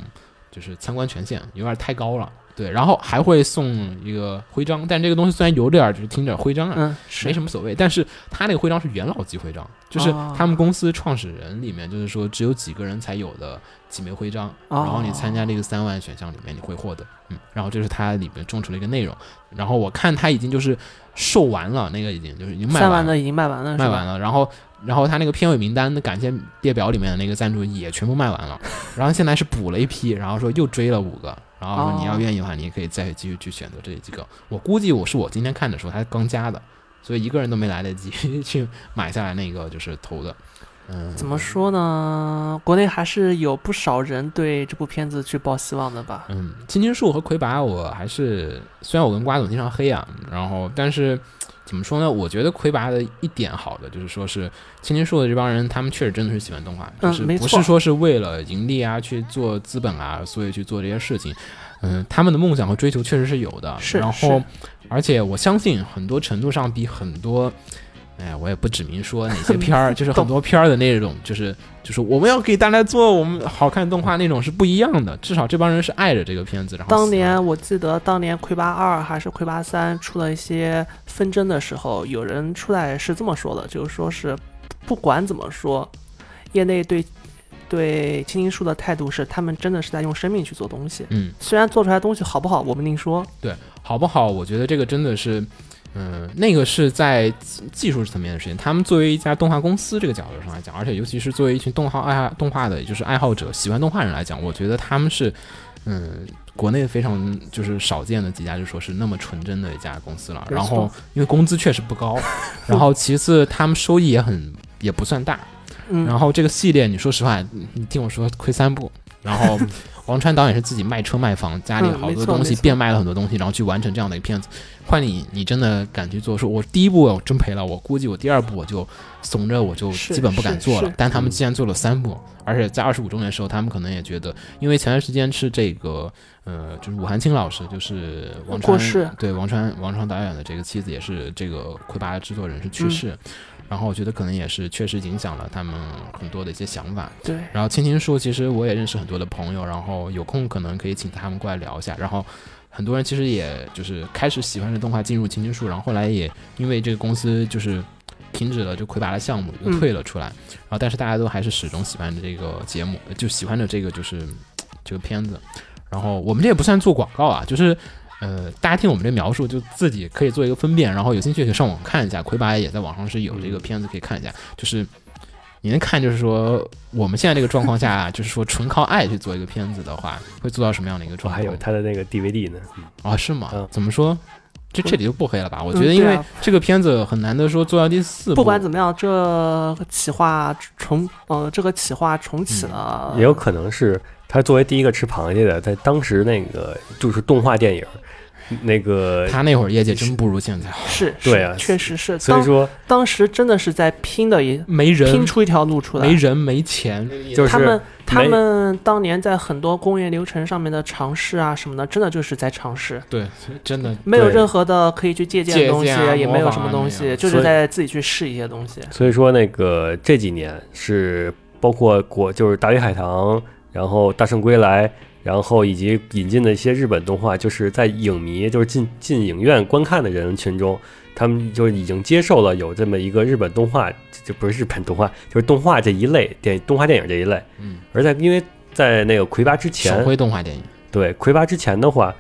B: 就是参观权限有点太高了，对，然后还会送一个徽章，但这个东西虽然有点儿就是听着徽章啊，
C: 嗯，是
B: 没什么所谓。但是他那个徽章是元老级徽章，就是
C: 哦
B: 他们公司创始人里面，就是说只有几个人才有的几枚徽章。
C: 哦
B: 然后你参加这个三万选项里面，你会获得。嗯，然后这是它里面众筹的一个内容。然后我看它已经就是售完了，那个已经就是已经卖
C: 三
B: 完
C: 万
B: 了
C: 的，已经卖完了，
B: 卖完
C: 了。
B: 了。然后。然后他那个片尾名单的感谢列表里面的那个赞助也全部卖完了，然后现在是补了一批，然后说又追了五个，然后说你要
C: 哦
B: 愿意的话，你也可以再继续去选择这几个。我估计我是我今天看的时候他刚加的，所以一个人都没来得及 [laughs] 去买下来那个就是投的。嗯，
C: 怎么？说呢？国内还是有不少人对这部片子去抱希望的吧？
B: 嗯，青青树和魁拔，我还是虽然我跟瓜总经常黑啊，然后但是怎么说呢？我觉得魁拔的一点好的就是说是青青树的这帮人，他们确实真的是喜欢动画，
C: 嗯
B: 就是
C: 没
B: 不
C: 错
B: 是说是为了盈利啊去做资本啊，所以去做这些事情。嗯，他们的梦想和追求确实是有的，
C: 是
B: 然后
C: 是
B: 而且我相信很多程度上比很多。哎，我也不指明说哪些片儿，就是很多片儿的那种，就是就是我们要给大家做我们好看的动画那种是不一样的。至少这帮人是爱着这个片子，然后
C: 当
B: 喜欢
C: 年我记得，当年《魁拔二》还是《魁拔三》出了一些纷争的时候，有人出来是这么说的，就是说是不管怎么说，业内对对青青树的态度是，他们真的是在用生命去做东西。
B: 嗯，
C: 虽然做出来的东西好不好，我们另说。
B: 好不好？我觉得这个真的是，嗯，那个是在技技术层面的事情。他们作为一家动画公司这个角度上来讲，而且尤其是作为一群动画爱动画的，也就是爱好者、喜欢动画人来讲，我觉得他们是，嗯，国内非常就是少见的几家，就说是那么纯真的一家公司了。
C: 没错
B: 然后，因为工资确实不高，然后其次他们收益也很也不算大，
C: 嗯，
B: 然后这个系列，你说实话，你你听我说，亏三部。然
C: [laughs]
B: 后王川导演是自己卖车卖房，家里
C: 嗯
B: 好
C: 没
B: 多
C: 错
B: 东西
C: 没错
B: 变卖了很多东西，然后去完成这样的一个片子。换你，你真的敢去做？说我第一部我真赔了，我估计我第二部我就怂着，我就是基本不敢
C: 是
B: 做了
C: 是。
B: 但他们既然做了三部，而且在二十五周年的时候，他们可能也觉得，因为前段时间是这个呃，就是武汉青老师，就是王
C: 过
B: 川
C: 世
B: 对王川王川导演的这个妻子，也是这个魁拔的制作人是去
C: 嗯
B: 世。然后我觉得可能也是确实影响了他们很多的一些想法。
C: 对，
B: 然后青青树其实我也认识很多的朋友，然后有空可能可以请他们过来聊一下。然后很多人其实也就是开始喜欢这动画，进入青青树，然后后来也因为这个公司就是停止了这魁拔的项目，又
C: 嗯
B: 退了出来。然后但是大家都还是始终喜欢着这个节目，呃就喜欢着这个就是这个片子。然后我们这也不算做广告啊，就是。呃，大家听我们这描述，就自己可以做一个分辨，然后有兴趣可以上网看一下，魁拔也在网上是有这
C: 嗯
B: 个片子可以看一下，就是你能看，就是说我们现在这个状况下， [laughs] 就是说纯靠爱去做一个片子的话，会做到什么样的一个
D: 我
B: 状
D: 还
B: 况？
D: 有他的那个 DVD 呢，嗯
B: 啊，是吗
D: 嗯？
B: 怎么说？这这里就不黑了吧？我觉得
C: 嗯
B: 因
C: 对
B: 为
C: 啊
B: 这个片子很难得说做到第四部，
C: 不管怎么样，这个企划重呃，这个企划重启
B: 呃
C: 了，
D: 嗯也有可能是他作为第一个吃螃蟹的，在当时那个就是动画电影，那个
B: 他那会儿业界真不如现在好，
C: 是，
D: 对
C: 是
D: 啊
C: 确实是。
D: 所以
C: 当
D: 说
C: 当时真的是在拼的一
B: 没
C: 拼
B: 人，
C: 出一条路出来，
B: 没人，没钱，
D: 就是
C: 他们他
D: 没
C: 们当年在很多工业流程上面的尝试啊什么的，真的就是在尝试，
B: 对，真的
C: 没有
D: 对
C: 任何的可以去借鉴
B: 借
C: 的东西，
B: 鉴啊
C: 也
B: 模
C: 没有
B: 仿
C: 什么
B: 啊
C: 东
B: 那
C: 西，
B: 样
C: 就是
D: 所以
C: 在自己去试一些东西。
D: 所以说那个这几年是包括国就是《大鱼海棠》，然后《大圣归来》，然后以及引进的一些日本动画，就是在影迷就是进进影院观看的人群中，他们就已经接受了有这么一个日本动画，就不是日本动画，就是动画这一类电动画电影这一类。
B: 嗯，
D: 而在因为在那个魁拔之前
B: 手，绘动画电影，
D: 对，魁拔之前的话，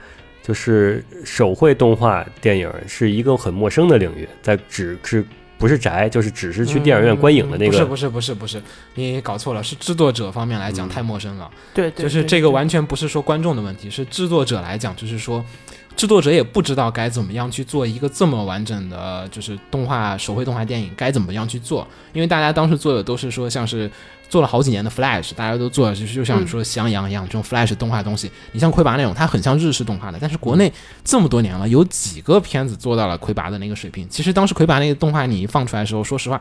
D: 就是手绘动画电影是一个很陌生的领域，在只是不是宅，就是只是去电影院观影的那
B: 嗯不是
D: 个
B: 不是不是不是，你搞错了，是制作者方面来
D: 嗯
B: 讲太陌生了。
C: 对，对
B: 就是
C: 对
B: 这个
C: 对
B: 完全不是说观众的问题，是制作者来讲，就是说，制作者也不知道该怎么样去做一个这么完整的，就是动画手绘动画电影该怎么样去做，因为大家当时做的都是说像是做了好几年的 Flash，大家都做，就是就像
C: 嗯
B: 说襄阳一样、这种 Flash 动画东西，你像魁拔那种，它很像日式动画的，但是国内这么多年了，有几个片子做到了魁拔的那个水平？其实当时魁拔那个动画你一放出来的时候，说实话，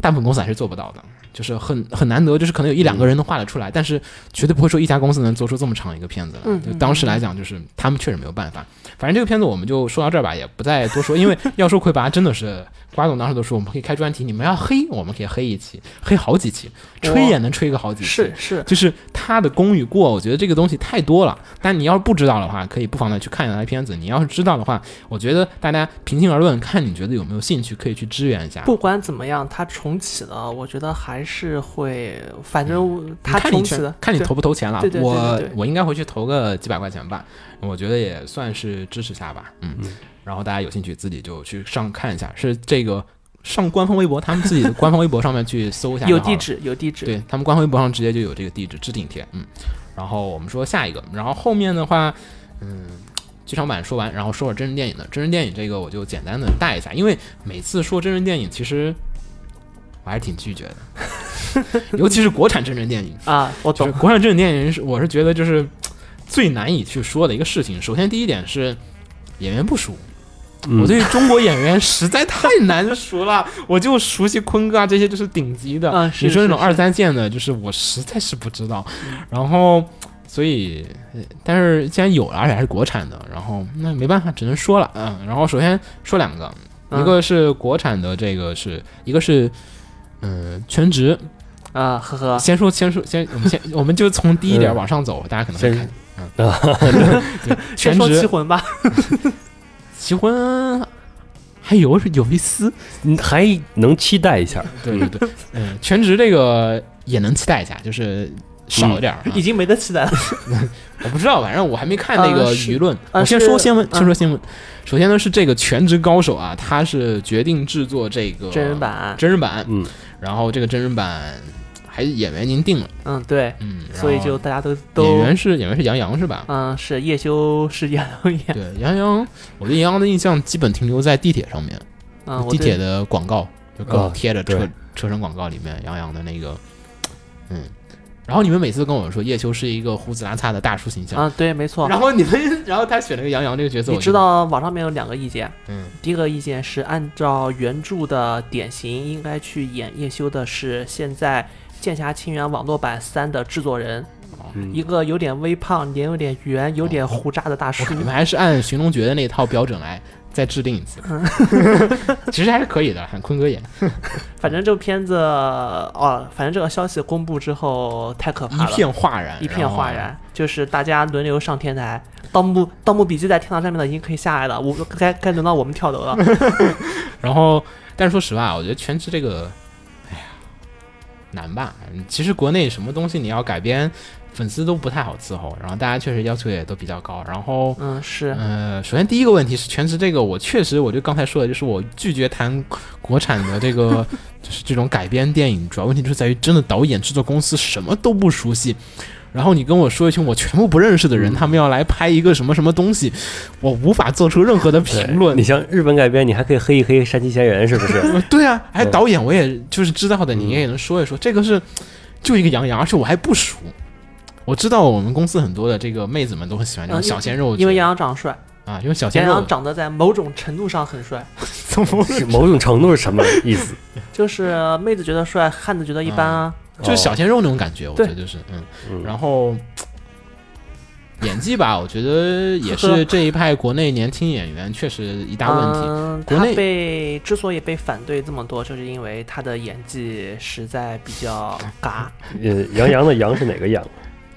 B: 大部分公司还是做不到的。就是很很难得，就是可能有一
C: 嗯
B: 两个人能画得出来，但是绝对不会说一家公司能做出这么长一个片子来。
C: 嗯
B: 就当时来讲，就是他们确实没有办法。反正这个片子我们就说到这儿吧，也不再多说，因为要说魁拔真的是瓜总当时都说我们可以开专题，你们要黑我们可以黑一期，黑好几期，吹也能吹个好几期。
C: 是是，
B: 就是他的功与过，我觉得这个东西太多了。但你要是不知道的话，可以不妨的去看一下他的片子。你要是知道的话，我觉得大家平心而论，看你觉得有没有兴趣，可以去支援一下。
C: 不管怎么样，它重启了，我觉得还是会，反正它
B: 嗯看你
C: 重
B: 去
C: 启了，
B: 看你
C: 对
B: 投不投钱了。
C: 对对对
B: 我
C: 对对
B: 我应该回去投个几百块钱吧，我觉得也算是支持下吧。嗯，然后大家有兴趣自己就去上看一下，是这个上官方微博，他们自己
C: [laughs]
B: 的官方微博上面去搜一下就
C: 有
B: 好了，
C: 地址有地址，
B: 对他们官方微博上直接就有这个地址置顶贴，嗯。然后我们说下一个，然后后面的话，嗯，剧场版说完，然后说说真人电影的。真人电影这个我就简单的带一下，因为每次说真人电影，其实我还是挺拒绝的，
C: [laughs]
B: 尤其是国产真人电影。
C: 啊，我
B: 就是
C: 懂，
B: 国产这种电影是，我是觉得就是最难以去说的一个事情。首先，第一点是演员不熟，
D: 嗯
B: 我对中国演员实在太难熟了， [laughs] 我就熟悉坤哥啊这些就是顶级的，
C: 嗯是
B: 你说那种
C: 是嗯
B: 二三线的，就是我实在是不知道。然后，所以，呃但是既然有了，而且还是国产的，然后那没办法，只能说了，嗯。然后首先说两个，
C: 嗯
B: 一个是国产的，这个是一个是。嗯，全职
C: 啊，呵呵，
B: 先说，先说，先我们先，我们就从低一点往上走，大家可能会
D: 先
B: 看。嗯
D: 啊，
C: 先
B: [laughs] 全
C: 说棋
B: 职啊
C: 魂吧，
B: 结婚还有有一丝，
D: 你还能期待一下，
B: [laughs] 对对对，嗯，全职这个也能期待一下，就是少一点儿啊。
C: 已经没得期
B: [laughs]
C: 待了，
B: 我不知道，反正我还没看那个
C: 呃是
B: 舆论。
C: 呃
B: 我先
C: 是
B: 说新闻，
C: 嗯
B: 先说新闻。首先呢是这个《全职高手》啊，他是决定制作这个
C: 真人，版，
B: 真人版，
D: 嗯，
B: 然后这个真人版还演员已经定了，
C: 嗯，对，
B: 嗯，然后
C: 所以就大家都
B: 演
C: 都，
B: 员是演员是杨洋是吧？
C: 嗯，是叶修是杨洋演，
B: [laughs] 对，杨洋，我对杨洋的印象基本停留在地铁上面。
C: 嗯，我
B: 地
C: 对
B: 铁的广告，就各
D: 啊
B: 种贴着车、
D: 对
B: 车身广告里面杨洋的那个，嗯。然后你们每次跟我说叶修是一个胡子拉碴的大叔形象，
C: 啊，对，没错。
B: 然后你们，然后他选了个杨洋这个角色，
C: 你
B: 我就
C: 知，道网上面有两个意见，
B: 嗯，
C: 第一个意见是按照原著的典型，应该去演叶修的是现在《剑侠情缘》网络版三的制作人，
D: 嗯
C: 一个有点微胖、脸有点圆、有点胡渣的大叔
B: 我。你们还是按《寻龙诀》的那套标准来再制定一次，
C: 嗯
B: [laughs] 其实还是可以的，喊坤哥演，
C: 反正这个片子，哦，反正这个消息公布之后太可怕
B: 一
C: 了，
B: 片哗然，
C: 一片哗然，就是大家轮流上天台。《盗墓盗墓笔记》在天堂上面的已经可以下来了，我该该轮到我们跳楼
B: [laughs]
C: 了。
B: 然后。然后，但是说实话，我觉得全职这个，哎呀，难吧？嗯其实国内什么东西你要改编，粉丝都不太好伺候，然后大家确实要求也都比较高，然后。
C: 嗯，是，
B: 呃，首先第一个问题是全职这个，我确实，我就刚才说的，就是我拒绝谈国产的这个， [laughs] 就是这种改编电影，主要问题就在于真的导演、制作公司什么都不熟悉。然后你跟我说一群我全部不认识的人，他们要来拍一个什么什么东西，我无法做出任何的评论
D: 你。像日本改编，你还可以黑一黑山崎贤人，是不是？
B: 呃对啊，还
D: 对嗯
B: 导演我也就是知道的，你也能说一说，这个是就一个杨洋，而且我还不熟。我知道我们公司很多的这个妹子们都很喜欢这种
C: 嗯
B: 小鲜肉角，
C: 因为杨洋长得帅，
B: 啊，因为小鲜
C: 杨
B: 肉
C: 洋长得在某种程度上很帅，
B: [laughs] 怎么
D: 是某种程度是什么意思？
C: 就是妹子觉得帅，汉子觉得一般啊。
B: [laughs] 就是
D: 哦
B: 小鲜肉那种感觉，我觉
C: 对
B: 得就是嗯，
D: 嗯
B: 然后演技吧，我觉得也是这一派国内年轻演员确实一大问题。
C: 嗯，
B: 国
C: 他
B: 内
C: 被之所以被反对这么多，就是因为他的演技实在比较尬。
B: 嗯
D: 呃，杨洋的杨是哪个
B: [laughs]
D: 杨？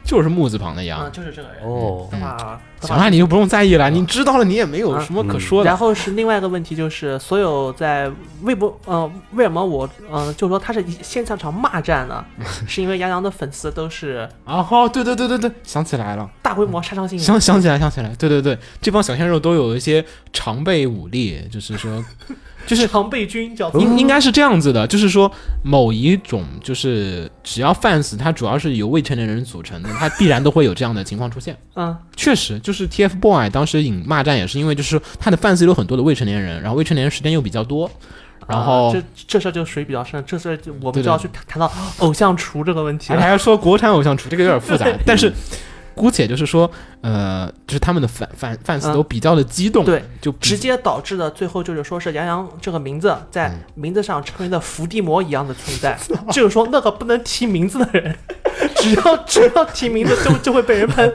B: 就是木字旁的
C: 嗯，
B: 杨。
C: 就是这个人。嗯
D: 哦
C: 的话，的
B: 行
C: 话
B: 了，你就不用在意了，你知道了，你也没有
C: 啊
B: 什么可
D: 嗯
B: 说
C: 然
B: 的。
C: 后是另外一个问题，就是所有在微博，呃，为什么我，呃，就说他是一现象场骂
B: [laughs]
C: 战呢？是因为杨洋的粉丝都是
B: 然后，啊对对对对对，想起来了，
C: 大规模杀伤性
B: 想 [laughs] 想起来，想起来，对对对，这帮小鲜肉都有一些常备武力，就是说就是嗯
C: 常备军叫
B: 应应该是这样子的，就是说某一种就是只要 fans 它主要是由未成年人组成的，它必然都会有这样的情况出现。
C: 嗯
B: 确实，就是 TFBOY 当时引骂战也是因为就是他的 fans 有很多的未成年人，然后未成年人时间又比较多，然后、
C: 啊这这事儿就水比较深，这事儿就
B: 对
C: 我
B: 哎
C: 们
B: 的
C: 就要去谈谈到偶像厨这个问题
B: 还
C: 了。
B: 还要说国产偶像厨，这个有点复杂， [laughs] 嗯但是。姑且就是说，呃，就是他们的反反 fans
C: 嗯
B: 都比较的激动，
C: 对，
B: 就比
C: 直接导致的最后就是说是杨洋这个名字在
B: 嗯
C: 名字上成为了伏地魔一样的存在， [laughs] 就是说那个不能提名字的人， [laughs] 只要只要提名字就就会被人喷。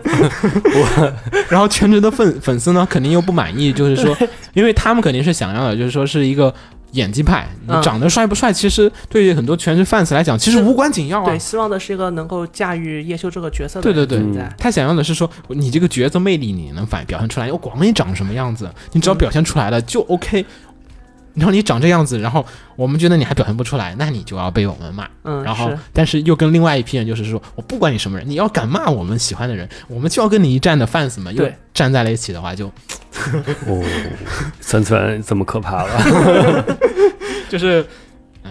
B: 然后全职的粉粉丝呢，肯定又不满意，就是说，因为他们肯定是想要的，就是说是一个演技派，你
C: 嗯
B: 长得帅不帅，其实对于很多全职 fans 来讲，其实
C: 是
B: 无关紧要啊
C: 对，。希望的是一个能够驾驭叶修这个角色的
B: 对对
C: 人
B: 对
C: 存在。
B: 他想要的是说，你这个角色魅力你能反表现出来，我管你长什么样子，你只
C: 嗯
B: 要表现出来了就 OK。然后你长这样子，然后我们觉得你还表现不出来，那你就要被我们骂。
C: 嗯，
B: 然后
C: 是，
B: 但是又跟另外一批人，就是说我不管你什么人，你要敢骂我们喜欢的人，我们就要跟你一站的 fans 们又
C: 对
B: 站在了一起的话，就
D: 哦，三次元这么可怕了，
B: 就是，嗯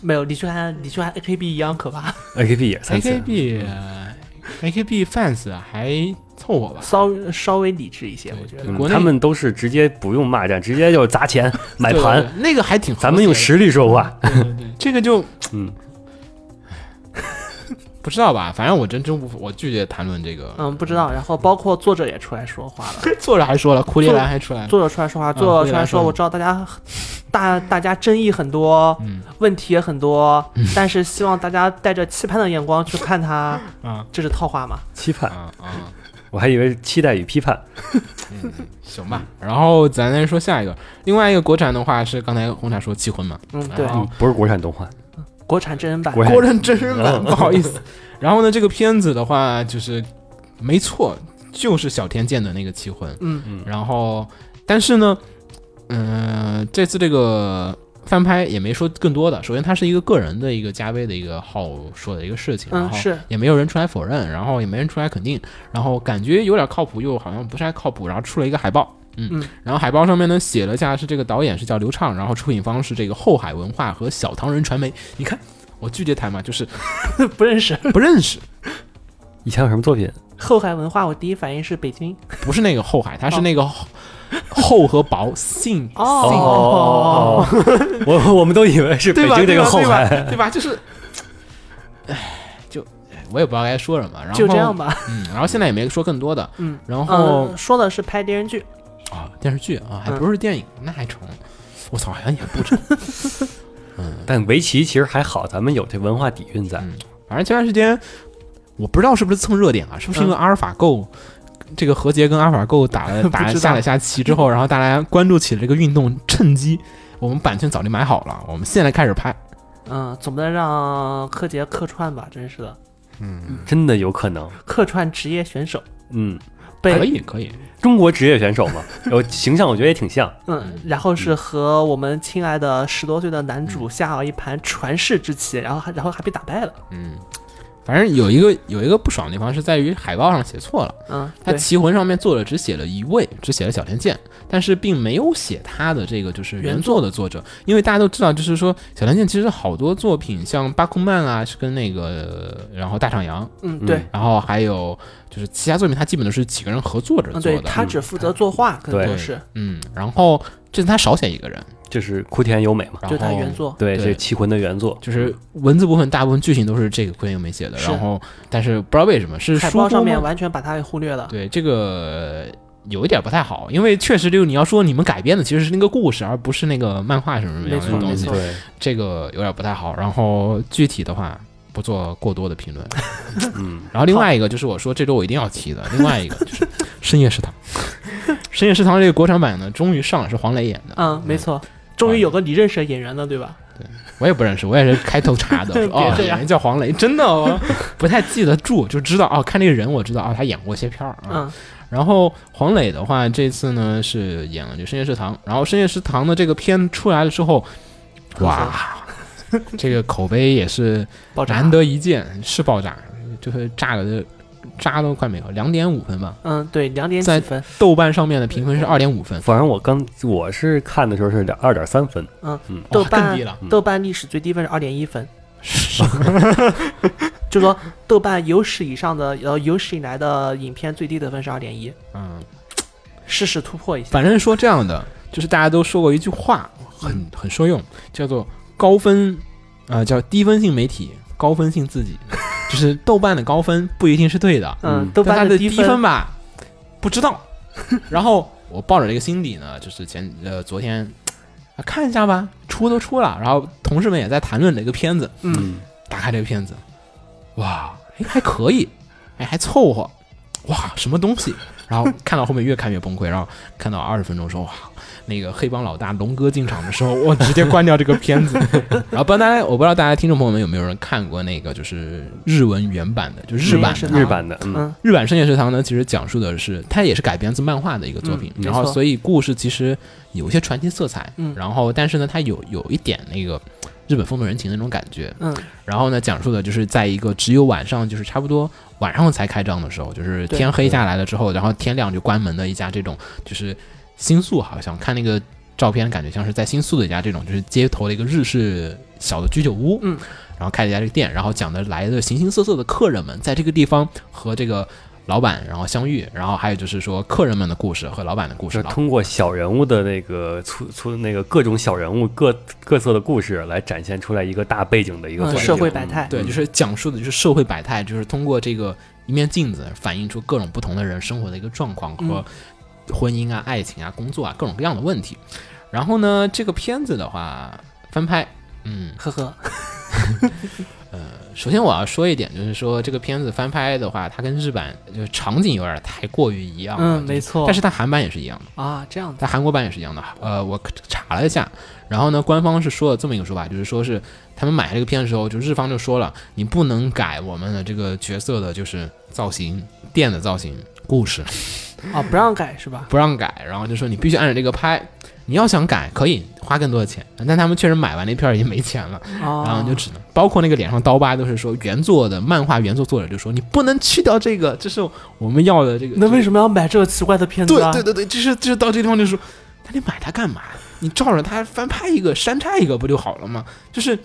C: 没有李俊涵，李俊涵 AKB 一样可怕。
D: ，AKB 也三次元，
B: ，AKB、AKB fans 还凑合吧。
C: 稍稍微理智一些，我觉得
B: 对。国
D: 嗯
B: 内
D: 他们都是直接不用骂战，直接就砸钱买
B: 对
D: 盘，
B: 对对那个还挺和谐的，
D: 咱们用实力说话。
B: 对对
D: [laughs]
B: 对，这个就
D: 嗯，
B: [laughs] 不知道吧，反正我真真无我拒绝谈论这个。 [laughs]
C: 嗯，不知道。然后包括作者也出来说话了，
B: 作者还说了，库里兰还出来，
C: 作者出来说话，
B: 嗯
C: 作者
B: 回
C: 出来
B: 来说
C: 说，我知道大家大大家争议很多，
B: 嗯
C: 问题也很多，但是希望大家带着期盼的眼光去看它，
B: 啊
C: 这是套话嘛？
D: 期盼，
B: 啊啊，
D: 我还以为是期待与批判。
B: 嗯，行吧。然后咱再说下一个，另外一个国产的话是刚才红茶说《七魂》嘛，
C: 嗯，对
B: 然，后
D: 嗯，不是国产动画，
C: 国产真人版嗯
D: 国产
B: 国人真人版，不好意思。然后呢，这个片子的话就是，没错，就是小天剑的那个《七魂》。
C: 嗯
D: 嗯
B: 然后，但是呢，嗯、这次这个翻拍也没说更多的。首先，它是一个个人的一个加微的一个号说的一个事情，
C: 嗯
B: 然后
C: 是 [laughs]
B: 也没有人出来否认，然后也没人出来肯定，然后感觉有点靠谱，又好像不太靠谱，然后出了一个海报。嗯，
C: 嗯
B: 然后海报上面呢写了一下是这个导演是叫刘畅，然后出品方是这个后海文化和小唐人传媒。你看，我拒绝谈嘛，就是
C: 不认识
B: 不认识，
D: 以前有什么作品？
C: 后海文化，我第一反应是北京
B: 不是那个后海，它是那个厚厚和薄信
D: 哦， [laughs] 我我们都以为是北
B: 对吧？
D: 京这
B: 对
D: 个
B: 吧？
D: 后
B: 对吧？
D: 海。
B: 对吧？就是，唉，就我也不知道该说什么，然后
C: [laughs] 就这样。吧。
B: 嗯，然后现在也没说更多的，
C: 嗯，
B: 然后
C: 嗯，说的是拍电视剧，
B: 啊，电视剧啊，还
C: 嗯
B: 不是电影，那还成？我操，好像也不成。 [laughs]
D: 但围棋其实还好，咱们有这文化底蕴在。
B: 反正前段时间，我不知道是不是蹭热点啊，是不是因为阿尔法狗这个何洁跟阿尔法狗打 [laughs] 了打
C: 不知道
B: 下了下棋之后，然后大家关注起了这个运动，趁机我们版权早就买好了，我们现在开始拍。
C: 嗯，总不能让柯洁客串吧？真是的，
B: 嗯
D: 真的有可能。
C: 客串职业选手
D: 嗯，
B: 可
C: 被
B: 以可以，
D: 中国职业选
B: [laughs]
D: 手嘛，有形象我觉得也挺像。
C: 嗯，然后是和我们亲爱的十多岁的男主下了一盘传世之棋，然后还然后还被打败了。
B: 嗯，反正有一个有一个不爽的地方是在于海报上写错了，
C: 嗯，
B: 他
C: 对，
B: 棋魂上面作者只写了一位，只写了小田健，但是并没有写他的这个就是原作的作者，因为大家都知道，就是说小田健其实好多作品，像巴库曼啊，是跟那个然后大场洋，
C: 嗯，对，
B: 然后还有就是其他作品，他基本都是几个人合作着
C: 嗯，
B: 做
C: 对
B: 的，
C: 他只负责作画，更
D: 对
C: 多
B: 对
C: 是
B: 嗯，然后这次他少写一个人，
D: 这是枯田优美嘛？
B: 然
C: 就
B: 后
C: 他原作。
D: 对，
B: 对
D: 这棋魂的原作
B: 就是文字部分，大部分剧情都是这个昆汀没写的，
C: 是
B: 然后但是不知道为什么是
C: 海
B: 书
C: 报
B: 过
C: 上面
B: 吗
C: 完全把他给忽略了，
B: 对这个有一点不太好，因为确实就是你要说你们改编的其实是那个故事，而不是那个漫画什么什么样
C: 没错
B: 的东
C: 没
B: 西
C: 错，
D: 嗯对，
B: 这个有点不太好。然后具体的话不做过多的评论。
D: 嗯，
B: 然后另外一个就是我说这周我一定要提的，另外一个就是 [laughs] 《深夜食堂》，《深夜食堂》这个国产版呢终于上了，是黄磊演的，
C: 嗯，没错，终于有个你认识的演员了，对吧？
B: 我也不认识，我也是开头查
C: [laughs]
B: 的，我说
C: 别
B: 哦
C: 这样
B: 演员叫黄磊，真的哦，不太记得住，就知道哦看这个人我知道哦他演过一些片儿啊。
C: 嗯，
B: 然后黄磊的话，这次呢是演了就《深夜食堂》，然后《深夜食堂》的这个片出来了之后，哇， [laughs] 这个口碑也是
C: 爆炸
B: 难得一见，是爆炸，就是炸了的渣都快没有，两点五分吧。
C: 嗯，对，两点
B: 在
C: 几分，
B: 豆瓣上面的评分是二点五分，
D: 反正我刚我是看的时候是两二点三分，
C: 豆
B: 哇
C: 瓣
B: 更低了。
D: 嗯
C: 豆瓣历史最低分是二点一分，
B: 是
C: 就说豆瓣有史以上的呃有史以来的影片最低得分是二点一，
B: 嗯，
C: 试试突破一下。
B: 反正说这样的，就是大家都说过一句话，很很受用，叫做高分，呃，叫低分性媒体，高分性自己，就是豆瓣的高分不一定是对的，
C: 嗯
D: 嗯，
C: 豆
B: 但它
C: 瓣
B: 的
C: 低
B: 低分吧，不知
C: [laughs]
B: 道。然后我抱着这个心理呢，就是前呃昨天啊看一下吧，出都出了，然后同事们也在谈论这个片子，
C: 嗯，
B: 打开这个片子，哇，哎还可以，哎还凑合，哇什么东西？然后看到后面越看越崩溃，然后看到二十分钟说哇，那个黑帮老大龙哥进场的时候，我直接关掉这个片子。 [laughs] 然后不知道大家，我不知道大家听众朋友们有没有人看过那个就是日文原版的，就日版
C: 没
B: 的
C: 是
D: 日版的，嗯
C: 嗯
B: 日版《深夜食堂》呢，其实讲述的是它也是改编自漫画的一个作品，
C: 嗯
B: 然后
C: 没错
B: 所以故事其实有一些传奇色彩，
C: 嗯
B: 然后但是呢，它有有一点那个日本风土人情那种感觉，
C: 嗯，
B: 然后呢，讲述的就是在一个只有晚上，就是差不多晚上才开张的时候，就是
C: 对
B: 天黑下来了之后，然后天亮就关门的一家这种，就是新宿好像看那个照片，感觉像是在新宿的一家这种，就是街头的一个日式小的居酒屋，
C: 嗯，
B: 然后开了一家这个店，然后讲的来的形形色色的客人们在这个地方和这个老板然后相遇，然后还有就是说客人们的故事和老板的故事
D: 就，
B: 老
D: 通过小人物的那个出出那个各种小人物各各色的故事来展现出来一个大背景的一个
C: 嗯
D: 环境
C: 社会百态
B: 对，就。
D: 嗯
B: 是讲述的就是社会百态，就是通过这个一面镜子反映出各种不同的人生活的一个状况
C: 嗯
B: 和婚姻啊、爱情啊、工作啊各种各样的问题。然后呢，这个片子的话翻拍，嗯，
C: 呵呵，
B: 首先我要说一点，就是说这个片子翻拍的话，它跟日版就是场景有点太过于一样了，
C: 嗯
B: 就是
C: 没错
B: 但是它韩版也是一样的。
C: 啊，这样子，
B: 在韩国版也是一样的。呃，我查了一下，然后呢，官方是说了这么一个说法，就是说是他们买这个片的时候，就日方就说了，你不能改我们的这个角色的就是造型、店的造型、故事，
C: 啊，不让改是吧？
B: 不让改，然后就说你必须按照这个拍。你要想改，可以花更多的钱，但他们确实买完那片儿已经没钱了，
C: 啊，
B: 然后就只能包括那个脸上刀疤，都是说原作的漫画原作作者就说你不能去掉这个，这是我们要的这个。
C: 那为
B: 么？
C: 什么要买这个奇怪的片子啊？
B: 对对对对，就是就是到这地方就说，那你买它干嘛？你照着它翻拍一个、删拆一个不就好了吗？就是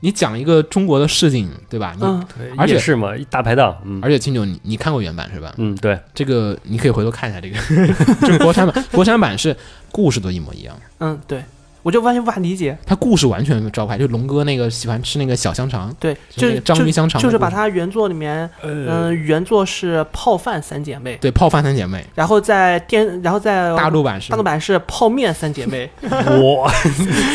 B: 你讲一个中国的事情，对吧？你、
C: 嗯，
D: 对
B: 而且
D: 夜市嘛，一大排档，嗯
B: 而且清九，你你看过原版是吧？
D: 嗯，对，
B: 这个你可以回头看一下这个， [laughs] 这国产版，国产版是故事都一模一样，
C: 嗯，对，我就完全无法理解。
B: 它故事完全照拍，就龙哥那个喜欢吃那个小香肠，
C: 对，
B: 就
C: 就是
B: 那个章鱼香肠的
C: 就就是
B: 故
C: 把
B: 事
C: 它原作里面，嗯、
B: 呃
C: 原作是泡饭三姐妹，
B: 对，泡饭三姐妹，
C: 然后在电，然后在
B: 大陆版是
C: 大陆哦版是泡面三姐妹，
D: [laughs] 我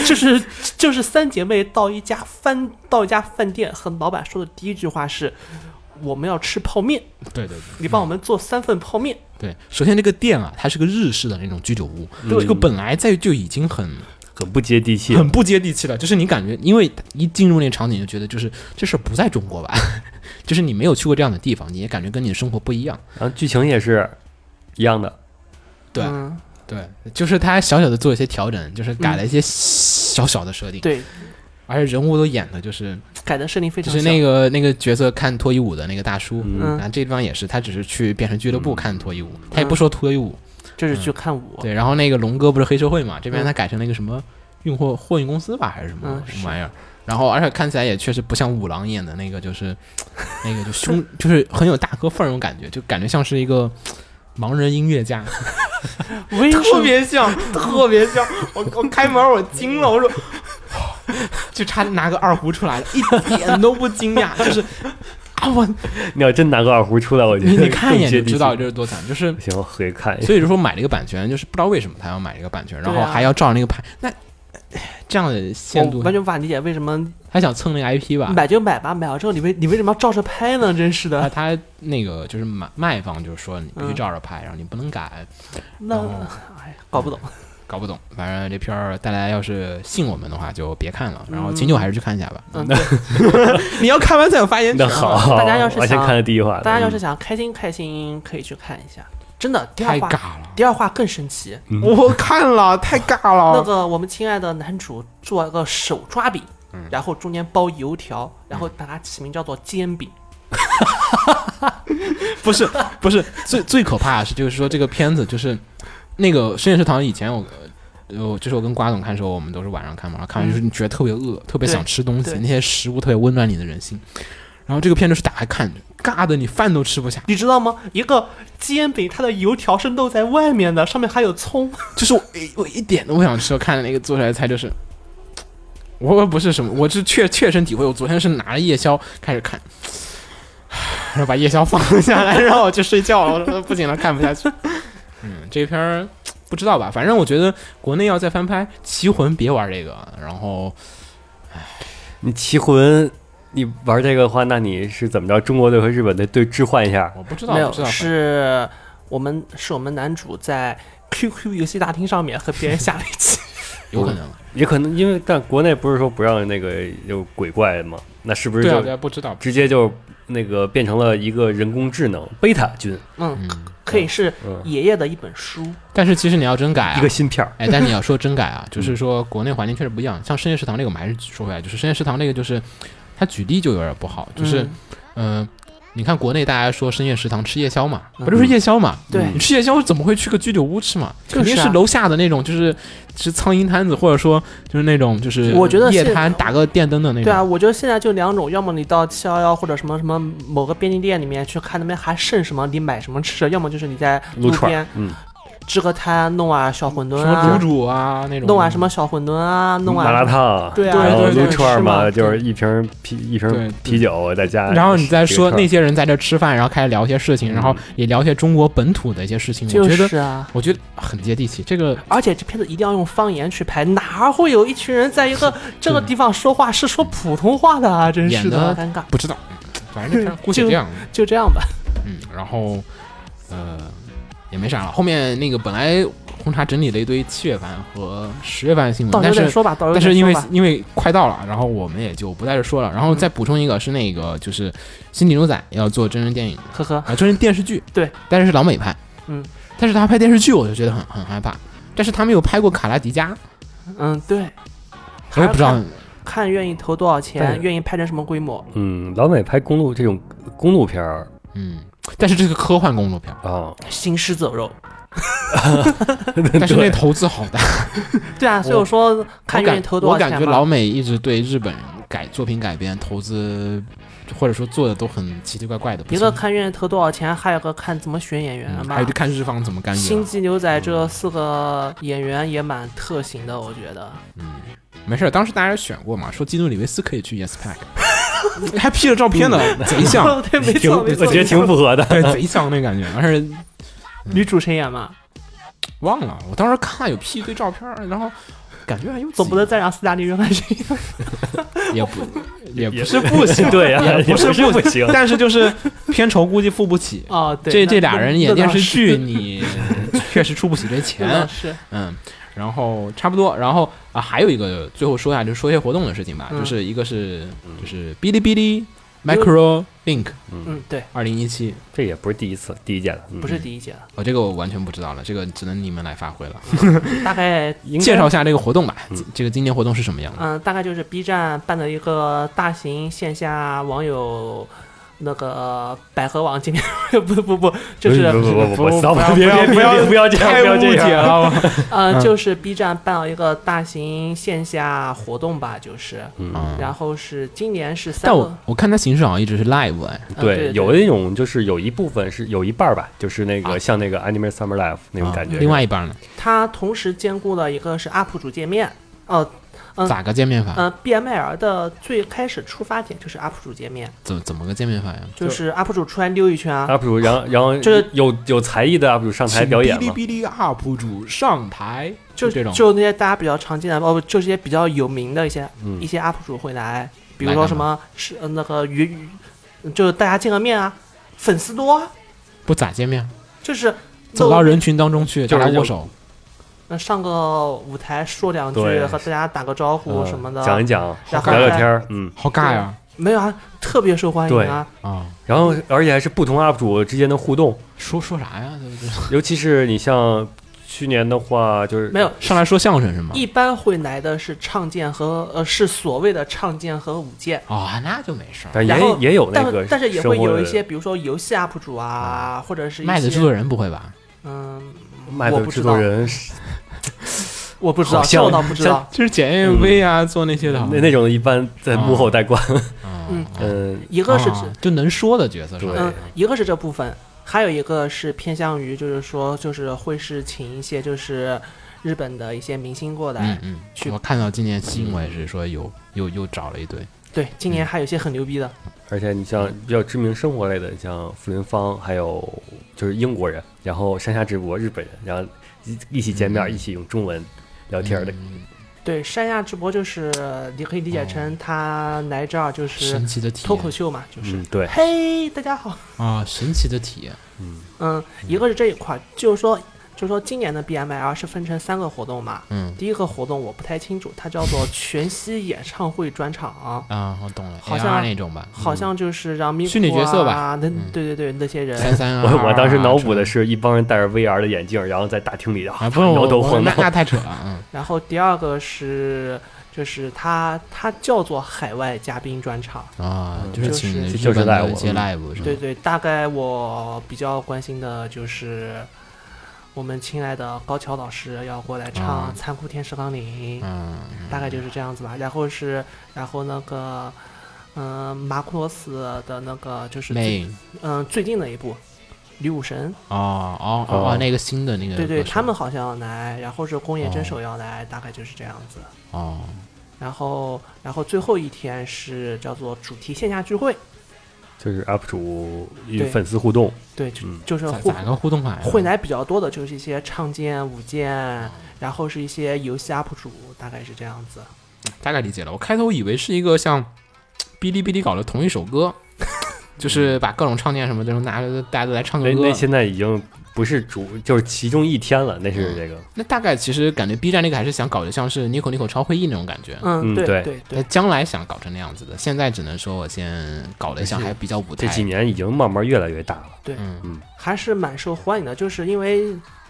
C: 就是就是三姐妹到一家饭到一家饭店和老板说的第一句话是。我们要吃泡面，
B: 对对对，
C: 你帮我们做三份泡面。
B: 对，首先这个店啊，它是个日式的那种居酒屋，这个本来在就已经很
D: 很不接地气，
B: 很不接地气了，就是你感觉，因为一进入那个场景就觉得，就是这事儿不在中国吧， [laughs] 就是你没有去过这样的地方，你也感觉跟你的生活不一样。
D: 然后剧情也是一样的，
B: 对
C: 嗯、
B: 对，就是他小小的做一些调整，就是改了一些小小的设定，
C: 对，
B: 而且人物都演的就是
C: 改的设定非
B: 就
C: 常
B: 是
C: 小
B: 那个那个角色看脱衣舞的那个大叔，
D: 嗯
B: 然后这地方也是，他只是去变成俱
C: 嗯
B: 乐部看脱衣舞，他也不说脱衣舞。
C: 就是去看我，
B: 对，然后那个龙哥不是黑社会嘛，这边
C: 嗯
B: 他改成了一个什么运货货运公司吧，还是什么
C: 嗯
B: 什么
C: 是
B: 玩意儿？然后而且看起来也确实不像五郎演的那个，就是那个就凶， [laughs] 就是很有大哥范儿那种感觉，就感觉像是一个盲人音乐家，
C: 为什
B: 特
C: 么
B: 别
C: [laughs]
B: 像，特别像。我我开门我惊了，我说。 [laughs] 就差拿个二胡出来了，一点都不惊讶， [laughs] 就是啊，我
D: 你要真拿个二胡出来，我觉得
B: 你 [laughs] 你看一
D: 更
B: 眼
D: 接
B: 就
D: 地气
B: 知道这是多惨，就是
D: 行，我可以看一下。
B: 所以就说买这个版权，就是不知道为什么他要买这个版权，然后
C: 对啊
B: 还要照着那个拍，那唉这样的限
C: 我
B: 度
C: 哦完，全无法理解为什么
B: 他想蹭那个 IP 吧？
C: 买就买吧，买了之后你为你为什么要照着拍呢？真是
B: 他
C: 的，
B: 他那个就是买卖方就是说你必
C: 嗯
B: 须照着拍，然后你不能改，
C: 那
B: 哦
C: 哎搞不懂。
B: 搞不懂。反正这片儿大家要是信我们的话就别看了，然后秦九还是去看一下吧。[laughs]
C: 嗯，对，
B: 你要看完才有发言权
D: 那
B: 啊。
D: 好，
C: 大家要是
D: 我先
C: 想
D: 看的第一话，
C: 大家要是
D: 嗯
C: 想开心开心，可以去看一下，真的。第二
B: 太
C: 话，
B: 尬了，
C: 第二话更神奇。
B: 我看了太尬
C: 那
B: 了。
C: 个我们亲爱的男主
B: 嗯
C: 做了个手抓饼，然后中间包油条，然后把它起名叫做煎饼。
B: 不是不是，最最可怕的是就是说这个片子就是那个深夜食堂以前我。呃，我就是我跟瓜总看的时候，我们都是晚上看嘛，然后看完就是你觉得特别饿，特别想吃东西
C: 嗯对，对
B: 那些食物特别温暖你的人心。然后这个片就是打开看着，尬的你饭都吃不下，
C: 你知道吗？一个煎饼，它的油条是露在外面的，上面还有葱。
B: 就是我一我一点都不想吃。看的那个做出来的菜就是，我我不是什么，我是确切身体会。我昨天是拿着夜宵开始看，然后把夜宵放下来，然后我去睡觉了。我说不行了，看不下去。 [laughs] 嗯，这片儿不知道吧？反正我觉得国内要再翻拍《棋魂》，别玩这个。然后
D: 你棋魂，你玩这个的话，那你是怎么着？中国队和日本队对置换一下，
B: 我不知道，
C: 没有
B: 不知，道
C: 是我们是我们男主在 QQ 游戏大厅上面和别人下了一棋。
B: 有可能。
D: 也可能因为但国内不是说不让那个有鬼怪吗？那是不是
B: 对啊，
D: 就
B: 对啊，不知道。
D: 直接就那个变成了一个人工智能贝塔君？
C: [laughs] 嗯，
B: 嗯，
C: 可以是
D: 嗯，
C: 爷爷的一本书。
B: 但是其实你要真改啊，
D: 一个芯片儿，
B: 哎，但你要说真改
C: [laughs]
B: 啊，就是说国内环境确实不一样。像深夜食堂这个，我们还是说回来，就是深夜食堂这个，就是它举例就有点不好，就是
C: 嗯
B: 嗯、呃你看国内大家说深夜食堂吃夜宵嘛，
C: 嗯
B: 不就是夜宵嘛？
C: 对
B: 你吃夜宵怎么会去个居酒屋吃嘛？
C: 就是啊
B: 肯定是楼下的那种，就是是苍蝇摊子，或者说就是那种就是
C: 我觉得是
B: 夜摊打个电灯的那种。
C: 对啊，我觉得现在就两种，要么你到七幺幺或者什么什么某个便利店里面去看那边还剩什么，你买什么吃；要么就是你在
D: 撸
C: 路
D: 串
C: 边
D: 儿，嗯，
C: 支个摊，弄碗小馄饨
B: 什么卤
C: 啊，
B: 煮啊那种，嗯
C: 弄碗什么小馄饨啊，弄
D: 麻辣
C: 碗
D: 烫啊，
C: 对啊
D: 然后
B: 对对
D: 撸串儿嘛，
C: 是吗
D: 就是一瓶啤一
B: 对
D: 瓶
B: 对
D: 啤酒再加，
B: 然后你再说那
D: 那
B: 些人在这吃饭，然后开始聊一些事情，然后也聊一些中国本土的一些事情，
C: 就
B: 我觉得
C: 是啊。
B: 我觉得很接地气。这个
C: 而且这片子一定要用方言去拍，哪会有一群人在
B: [laughs]
C: 一个这个地方说话是说普通话的啊？真是
B: 演
C: 的，
B: 得
C: 尴尬。
B: 不知道，嗯反正这
C: [laughs]
B: 片儿估计这样。
C: 就这样吧。
B: 嗯，然后呃也没啥了。后面那个本来红茶整理了一堆七月份和十月份的新闻，
C: 到时
B: 但
C: 候再
B: 是
C: 说吧，到时候
B: 但
C: 再
B: 是因为
C: 说吧嗯
B: 因为快到了，然后我们也就不在这说了。然后再补充一个是那个就是《新牛仔》要做真人电影
C: 呵呵，
B: 啊，真人电视剧。
C: [laughs] 对，
B: 但是是老美拍。
C: 嗯，
B: 但是他拍电视剧我就觉得很很害怕。但是他们有拍过《卡拉迪加》，
C: 嗯，对，
B: 我也不知道。
C: 看愿意投多少钱，
B: 对
C: 愿意拍成什么规模。
D: 嗯，老美拍公路这种公路片儿
B: 嗯，但是这是个科幻公路
C: [laughs]
B: 片儿，
D: 啊，
C: 行尸走肉，
B: [laughs] 但是那
D: 对
B: 投资好大。
C: 对啊，所以我说看
B: 我
C: 愿意
B: 感
C: 投多少
B: 我
C: 钱
B: 感觉
C: 嘛。
B: 老美一直对日本改作品改编投资，或者说做的都很奇奇怪怪的。不
C: 一个
B: 清
C: 看愿意投多少钱，还有个看怎么选演员
B: 嗯
C: 嘛
B: 还有。就看日嗯方怎么干预
C: 星
B: 了。
C: 际牛仔这四个演员也蛮特型的，我觉得。
B: 没事儿，当时大家选过嘛，说基努里维斯可以去 Yes Pack，还 P 了照片呢，贼 [laughs] 像，
C: [laughs] 对，没
D: 挺
C: 错，
D: 我
C: 没错。
D: 觉得挺符合的。
B: 对，贼像那感觉。而且
C: 女主谁演嘛？
B: 忘了，我当时看有 P 一堆照片儿，然后感觉还有
C: 总不能
B: 在
C: 再让斯嘉丽约翰
B: [laughs]
C: 逊演。
B: 也不 [laughs] 也不
D: 也，
B: 是不
D: [laughs]
B: 行 [laughs]
D: 对呀、
B: 也
D: 也
B: 不是
D: 是不行。
B: 但是就是片酬估计付不起。
C: 哦，对，
B: 这
C: 那
B: 这俩人演电视，剧，
C: 那
B: 你确实出不起这钱。
C: [laughs] 那倒是
B: 嗯，然后差不多，然后啊，还有一个最后说一下，就是说一些活动的事情吧，
C: 嗯
B: 就是一个是
D: 嗯
B: 就是哔哩哔哩 Micro Link
C: 嗯，对，
B: 二零一七，
D: 这也不是第一次，第一届了，嗯
C: 不是第一届了，
B: 我这个我完全不知道了，这个只能你们来发挥了，
C: 大概
D: 应该
B: 介绍一下这个活动吧，这个今年活动是什么样的？
C: 嗯，大概就是 B 站办的一个大型线下网友那个百合网见面会， [laughs] 不不不，就是
D: 不不不不不，不要
B: 不
D: 别
B: 要
D: 别
B: 不要
D: 别不要这样，
B: 太
D: 不要
B: 误
D: 这
B: 解
D: 样。
B: 了，嗯
C: 呃，就是 B 站办了一个大型线下活动吧，就是，
D: 嗯，
B: 嗯
C: 然后是今年是三
B: 但我
C: 个，
B: 我看它形式好像一直是 live 哎，
C: 嗯
D: 对，
C: 对
D: 有那种就是有一部分是有一半儿吧，就是那个
B: 啊
D: 像那个 Anime Summer Life 那种
B: 啊
D: 感觉。
B: 另外一半呢，
C: 它同时兼顾了一个是 UP 主界面，呃嗯
B: 咋个见面法？
C: 呃，BML 的最开始出发点就是 UP 主界面，
B: 怎么怎么个见面法呀？
C: 就是 UP 主出来溜一圈啊，
D: UP 主，然后然后
C: 就是
D: 有有才艺的 UP 主上台表演
B: 请
D: 嘛，
B: 哔哩哔哩 UP 主上台，
C: 就
B: 这种
C: 就那些大家比较常见的，包括就这些比较有名的一些、
D: 嗯
C: 一些 UP 主会来，比
B: 来
C: 如说
B: 干
C: 什么是呃那个鱼，就是大家见个面啊，粉丝多、啊，
B: 不咋见面，
C: 就是
B: 走到人群当中去，
D: 就
B: 大
D: 是
B: 家握手。
C: 那上个舞台说两句
D: 对，
C: 和大家打个招呼
D: 嗯
C: 什么的，
D: 讲一讲，
C: 然后
D: 聊聊
C: 再
D: 天儿，嗯。
B: 好尬呀！
C: 没有啊，特别受欢迎啊，
B: 啊，
D: 然后而且还是不同 UP 主之间的互动，
B: 说说啥呀？对不对？
D: 尤其是你像去年的话就是
C: 没有，
B: [laughs] 上来说相声是吗？
C: 一般会来的是唱剑和呃是所谓的唱剑和舞剑。
B: 啊，那就没事儿。
D: 但也
C: 然后
D: 也有那
C: 但
D: 个
C: 但是也会
D: 生活
C: 有一
D: 的
C: 些，比如说游戏 UP 主啊，或者是一
B: 麦子
C: 些
B: 制作人不会吧？
C: 嗯，
D: 麦
C: 我
D: 的
C: 不
D: 制
C: 知
D: 作
C: 道，
D: 人
C: 我不知道，
D: 好像
C: 这我倒不
D: [laughs]
C: 知道。
B: 就是剪 MV 啊，做那些的。
D: 嗯那那种一般在幕后带官，
B: 嗯
C: 嗯，
D: 嗯，
C: 一
B: 一
C: 个是指
B: 啊就能说的角色是
D: 对
B: 吧？
C: 嗯，一个是这部分，还有一个是偏向于就是说就是会是请一些就是日本的一些明星过来。
B: 嗯嗯，
C: 去
B: 我看到今年
D: 嗯
B: 新闻是说有又又找了一堆，
C: 对，今年还有一些很牛逼的，
D: 而且你像
B: 嗯
D: 比较知名生活类的，像傅林芳，还有就是英国人，然后山下智博日本人，然后一一起见面，
B: 嗯
D: 一起用中文聊天的，
B: 嗯
C: 对，山下智博就是你可以理解成他来这儿就是
B: 哦神奇的体
C: 脱口
B: 验
C: 秀嘛，就是、
D: 嗯，对，
C: [laughs] 嘿，大家好，
B: 啊，神奇的体验。
D: 嗯，
C: 嗯，一个是这一块，就是说，就是说今年的 BMR 是分成三个活动嘛。
B: 嗯
C: 第一个活动我不太清楚，它叫做全息演唱会专场，
B: 啊，我懂了
C: 好
B: ，AR
C: 像
B: 那种吧，
C: 好像就是让咪
B: 嗯虚拟角色吧
C: 啊，那
B: 嗯
C: 对对对，那些人
B: 三三啊。
D: 我我当时脑补的
B: 是
D: 是一帮人戴着 VR 的眼镜，然后在大厅里啊
B: 啊，不是我
D: 摇头
B: 我
D: 晃
B: 那
D: 脑，
B: 那太扯了，嗯。
C: 然后第二个是，就是它它叫做海外嘉宾专场。
B: 啊，
D: 嗯
B: 就是
C: 就
B: 请
C: 是
B: 日本的一
D: 就
B: 些
D: 是
B: live 是吧？
C: 对对，大概我比较关心的就是我们亲爱的高桥老师要过来唱
B: 啊
C: 《残酷天使纲领》
B: 嗯，
C: 大概就是这样子吧。然后是，然后那个，嗯、马库罗斯的那个就是最，
B: 那
C: 嗯、最近的一部《女武神》
B: 哦哦哦
D: 哦
B: 那个新的那个
C: 对对，
B: 歌手
C: 他们好像要来，然后是宫野真守要来，大概就是这样子。
B: 哦
C: 然后，然后最后一天是叫做主题线下聚会，
D: 就是 UP 主与
C: 对
D: 粉丝互动，
C: 对，就
D: 嗯
C: 就是
B: 咋
C: 互
B: 咋个互动法呀？
C: 会来比较多的就是一些唱剑、舞剑，然后是一些游戏 UP 主，大概是这样子。
B: 嗯大概理解了。我开头以为是一个像哔哩哔哩搞的同一首歌，就是把各种唱念什么的，然后拿着大家都来唱
D: 那
B: 个歌
D: 那。现在已经不是主，就是其中一天了，那是这个，
B: 那大概其实感觉 B 站那个还是想搞得像是 Nico Nico 超会议那种感觉。
C: 嗯，
D: 嗯
C: 对
D: 对
C: 对
B: 但将来想搞成那样子的，现在只能说我先搞得像还比较舞
D: 这
B: 台嗯
D: 几年已经慢慢越来越大了，
C: 还是蛮受欢迎的，就是因为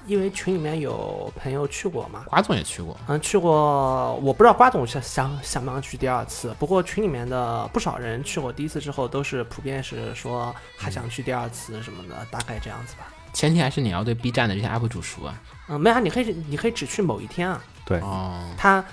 C: 因为群里面有朋友去过嘛，
B: 瓜总也去过，
C: 嗯，去过，我不知道瓜总想想想不想去第二次，不过群里面的不少人去过第一次之后，都是普遍是说还想去第二次什么的，大概这样子吧。
B: 前提还是你要对 B 站的这些 UP 主熟啊。
C: 嗯，没啊，你可以你可以只去某一天啊，
D: 对，
B: 哦，
C: 他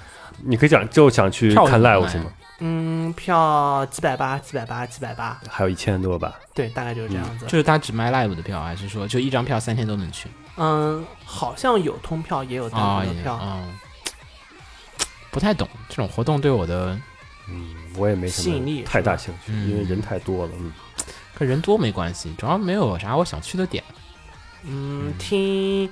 D: 你可以讲就想去
B: 跳
D: 看
B: 舞
D: live
B: 哎
D: 是吗？
C: 嗯票几百八几百八几百八，
B: 哎
D: 还有一千多吧，
C: 对，大概就是这样
B: 嗯
C: 子。
B: 就是他只卖 live 的票，还是说就一张票三天都能去？
C: 嗯，好像有通票，也有单
B: 啊，
C: 独的
B: 也
C: 票。
B: 嗯，不太懂这种活动对我的，
D: 嗯，我也没什么
C: 吸引力
D: 太大兴趣，
B: 嗯
D: 因为人太多了，嗯，
B: 跟人多没关系，主要没有啥我想去的点。
C: 嗯，听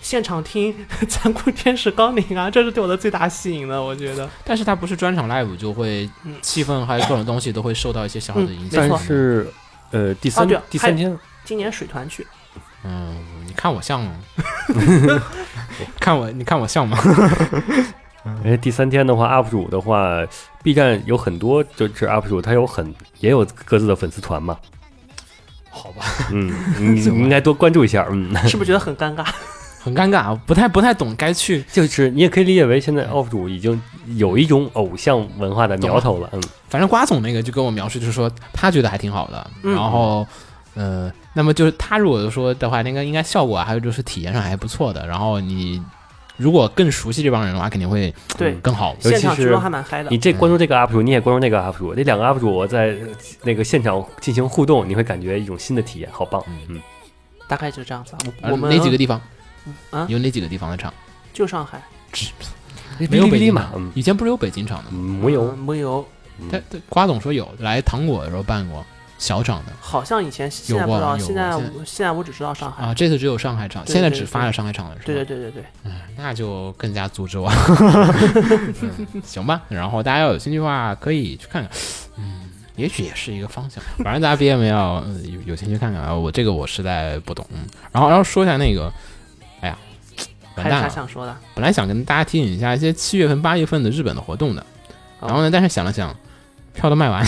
C: 现场听 [laughs] 《残酷天使纲领》啊，这是对我的最大吸引了，我觉得。
B: 但是它不是专场 live，就会
C: 嗯
B: 气氛还有各种东西都会受到一些小小的影响。
C: 没错
D: 但是呃，第三、
C: 啊对啊
D: 第三天
C: 今年水团去，
B: 嗯，你看我像
C: [laughs]
B: 吗？看我， [laughs] 你看我像吗？
D: 哎，第三天的话，UP 主的话，B 站有很多就是 UP 主，他有很也有各自的粉丝团嘛。
B: 好吧，
D: 嗯，你你应该多关注一下。
C: [laughs]
D: 嗯，
C: 是不是觉得很尴
B: [laughs]
C: 尬？
B: 很尴尬，啊不太不太懂该去。
D: 就是你也可以理解为现在 UP 主已经有一种偶像文化的苗头了。
C: [laughs]
D: 嗯，
B: 反正瓜总那个就跟我描述，就是说他觉得还挺好的，
C: 嗯
B: 然后。呃，那么就是他如果说的话，那个应该效果啊还有就是体验上还不错的。然后你如果更熟悉这帮人的话，肯定会
C: 对，
B: 更好。
D: 尤
C: 现
D: 其
C: 场
D: 是
C: 去还蛮嗨的
D: 你。这关注这个 UP 主，你也关注那个 UP 主，这两个 UP 主在呃那个现场进行互动，你会感觉一种新的体验，好棒。嗯，
C: 大概就这样子吧。啊
B: 呃
C: 我我们
B: 哪几个地方？
C: 啊
B: 有哪几个地方的场？
C: 就上海，
D: 没有哔
B: 北
D: 哩
B: 京
D: 嘛
B: 场，
D: 嗯，
B: 以前不是有北京场的吗？
D: 嗯没有
C: 嗯，没有，
B: 但但瓜总说有，来糖果的时候办过小场的
C: 好像以前现在不
B: 过
C: 知道，
B: 有过
C: 现
B: 现
C: 在
B: 在
C: 我现在我只知道上海。
B: 啊，这次只有上海场，
C: 对
B: 现在
C: 对
B: 只
C: 对
B: 发了上海场了，是吧
C: 对对对对对，
B: 那就更加阻止
C: [laughs]
B: 我。嗯行吧，然后大家要有兴趣的话，可以去看看。嗯，也许也是一个方向，反正大家毕业没有，嗯有有兴趣看看啊。我这个我实在不懂。嗯然后，然后说一下那个，哎呀，完
C: 还有
B: 蛋
C: 啥
B: 了。
C: 想说
B: [laughs]
C: 的？
B: 本来想跟大家提醒一下一些七月份、八月份的日本的活动的，
C: 哦
B: 然后呢，但是想了想，票都卖完，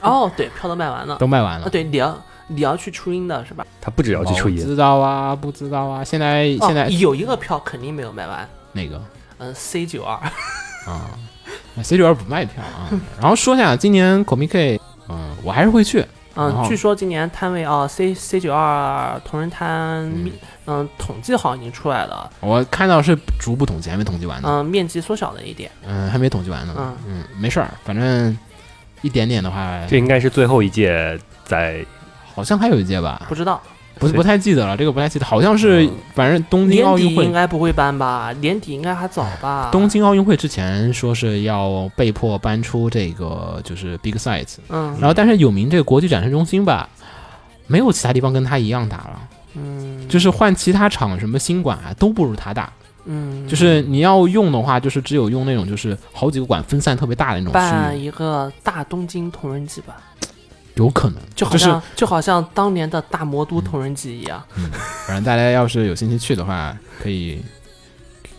C: 哦，对，票都卖完了。
B: 都卖完
C: 啊，
B: 了。
C: 对，你要你要去初音的是吧？
E: 他不只要去
B: 不
E: 吹音，
B: 知道啊，不知道啊。现在
C: 哦
B: 现在、
C: 有一个票肯定没有卖完，
B: 哪个
C: 嗯，C 九二，
B: 啊？C 九二不卖票啊。然后说下今年 Comic K，嗯，我还是会去。然
C: 嗯，
B: 后
C: 据说今年摊位啊，C C 九二同仁摊，
B: 嗯
C: 面嗯，统计好像已经出来了，
B: 我看到是逐步统计，还没统计完呢。
C: 嗯，面积缩小了一点，
B: 嗯，还没统计完呢。
C: 嗯
B: 嗯，没事儿，反正一点点的话，
E: 这应该是最后一届在
B: 好像还有一届吧，
C: 不知道
B: 不
E: 所以
B: 不太记得了，这个不太记得，好像是
E: 嗯
B: 反正东京
C: 年
B: 奥
C: 底
B: 运会
C: 应，该不会搬吧？年底应该还早吧？
B: [laughs] 东，京奥运会之前说是要被迫搬出这个就是 big size，
C: 嗯
B: 然后但是有名这个国际展示中心吧，没有其他地方跟他一样打了，
C: 嗯，
B: 就是换其他场什么新馆啊都不如他大，
C: 嗯，
B: 就是你要用的话，就是只有用那种就是好几个馆分散特别大的那种
C: 办
B: 区域，
C: 一个大东京同人祭吧，
B: 有可能
C: 就好
B: 是嗯
C: 像就好像当年的大魔都同人祭一样，
B: 反正大家要是有兴趣去的话，可以，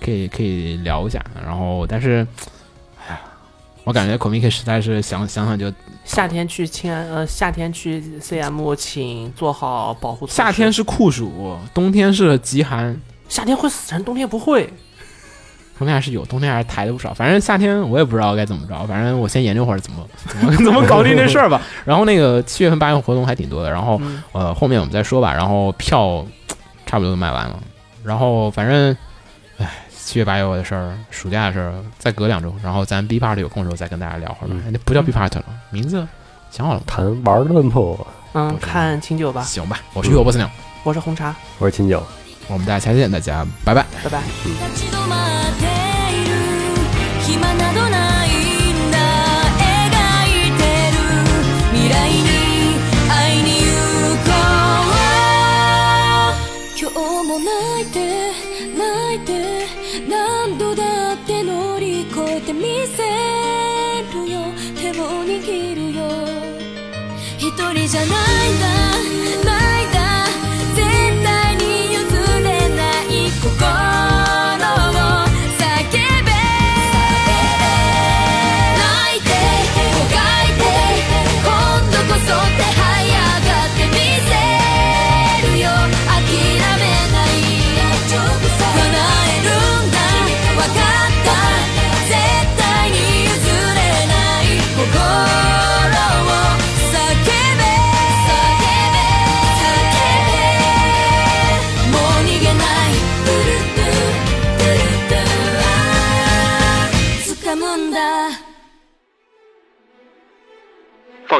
B: 可以，可以聊一下。然后，但是，哎呀，我感觉 Comic 实在是想想想就，
C: 夏天去清安呃，夏天去 CM，请做好保护措施。
B: 夏天是酷暑，冬天是极寒，
C: 夏天会死人，冬天不会。
B: 冬天还是有，冬天还是抬了不少。反正夏天我也不知道该怎么着，反正我先研究会儿怎么怎么 [laughs] 怎么搞定这事儿吧。然后那个七月份、八月份活动还挺多的，然后
C: 嗯，
B: 呃后面我们再说吧。然后票差不多都卖完了，然后反正，唉，七月八月的事儿，暑假的事儿，再隔两周，然后咱 B part 有空的时候再跟大家聊会儿吧。
E: 嗯
B: 哎那不叫 B part 了，名字想好了吗？
E: 谈玩儿论破。
C: 嗯，看清酒吧。
B: 行吧，我是萝卜丝鸟，
C: 我是红茶，
E: 我是秦九，
B: 我们大家下期见，大家拜拜。
C: 拜拜。
A: 立ち止まっている暇などないんだ描いてる未来に会いに行こう今日も泣いて泣いて何度だって乗り越えてみせるよ手を握るよ一人じゃないんだないんだ絶対に譲れない心を叫べ泣いてもがいて今度こそって這い上がってみせるよ諦めない叶えるんだわかった絶対に譲れない「心を叫べ叫べ」「もう逃げない」「トゥルトゥトゥルトゥ」「掴むんだ」
F: 放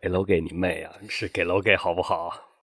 E: 哎给楼给你妹啊，是给楼给好不好？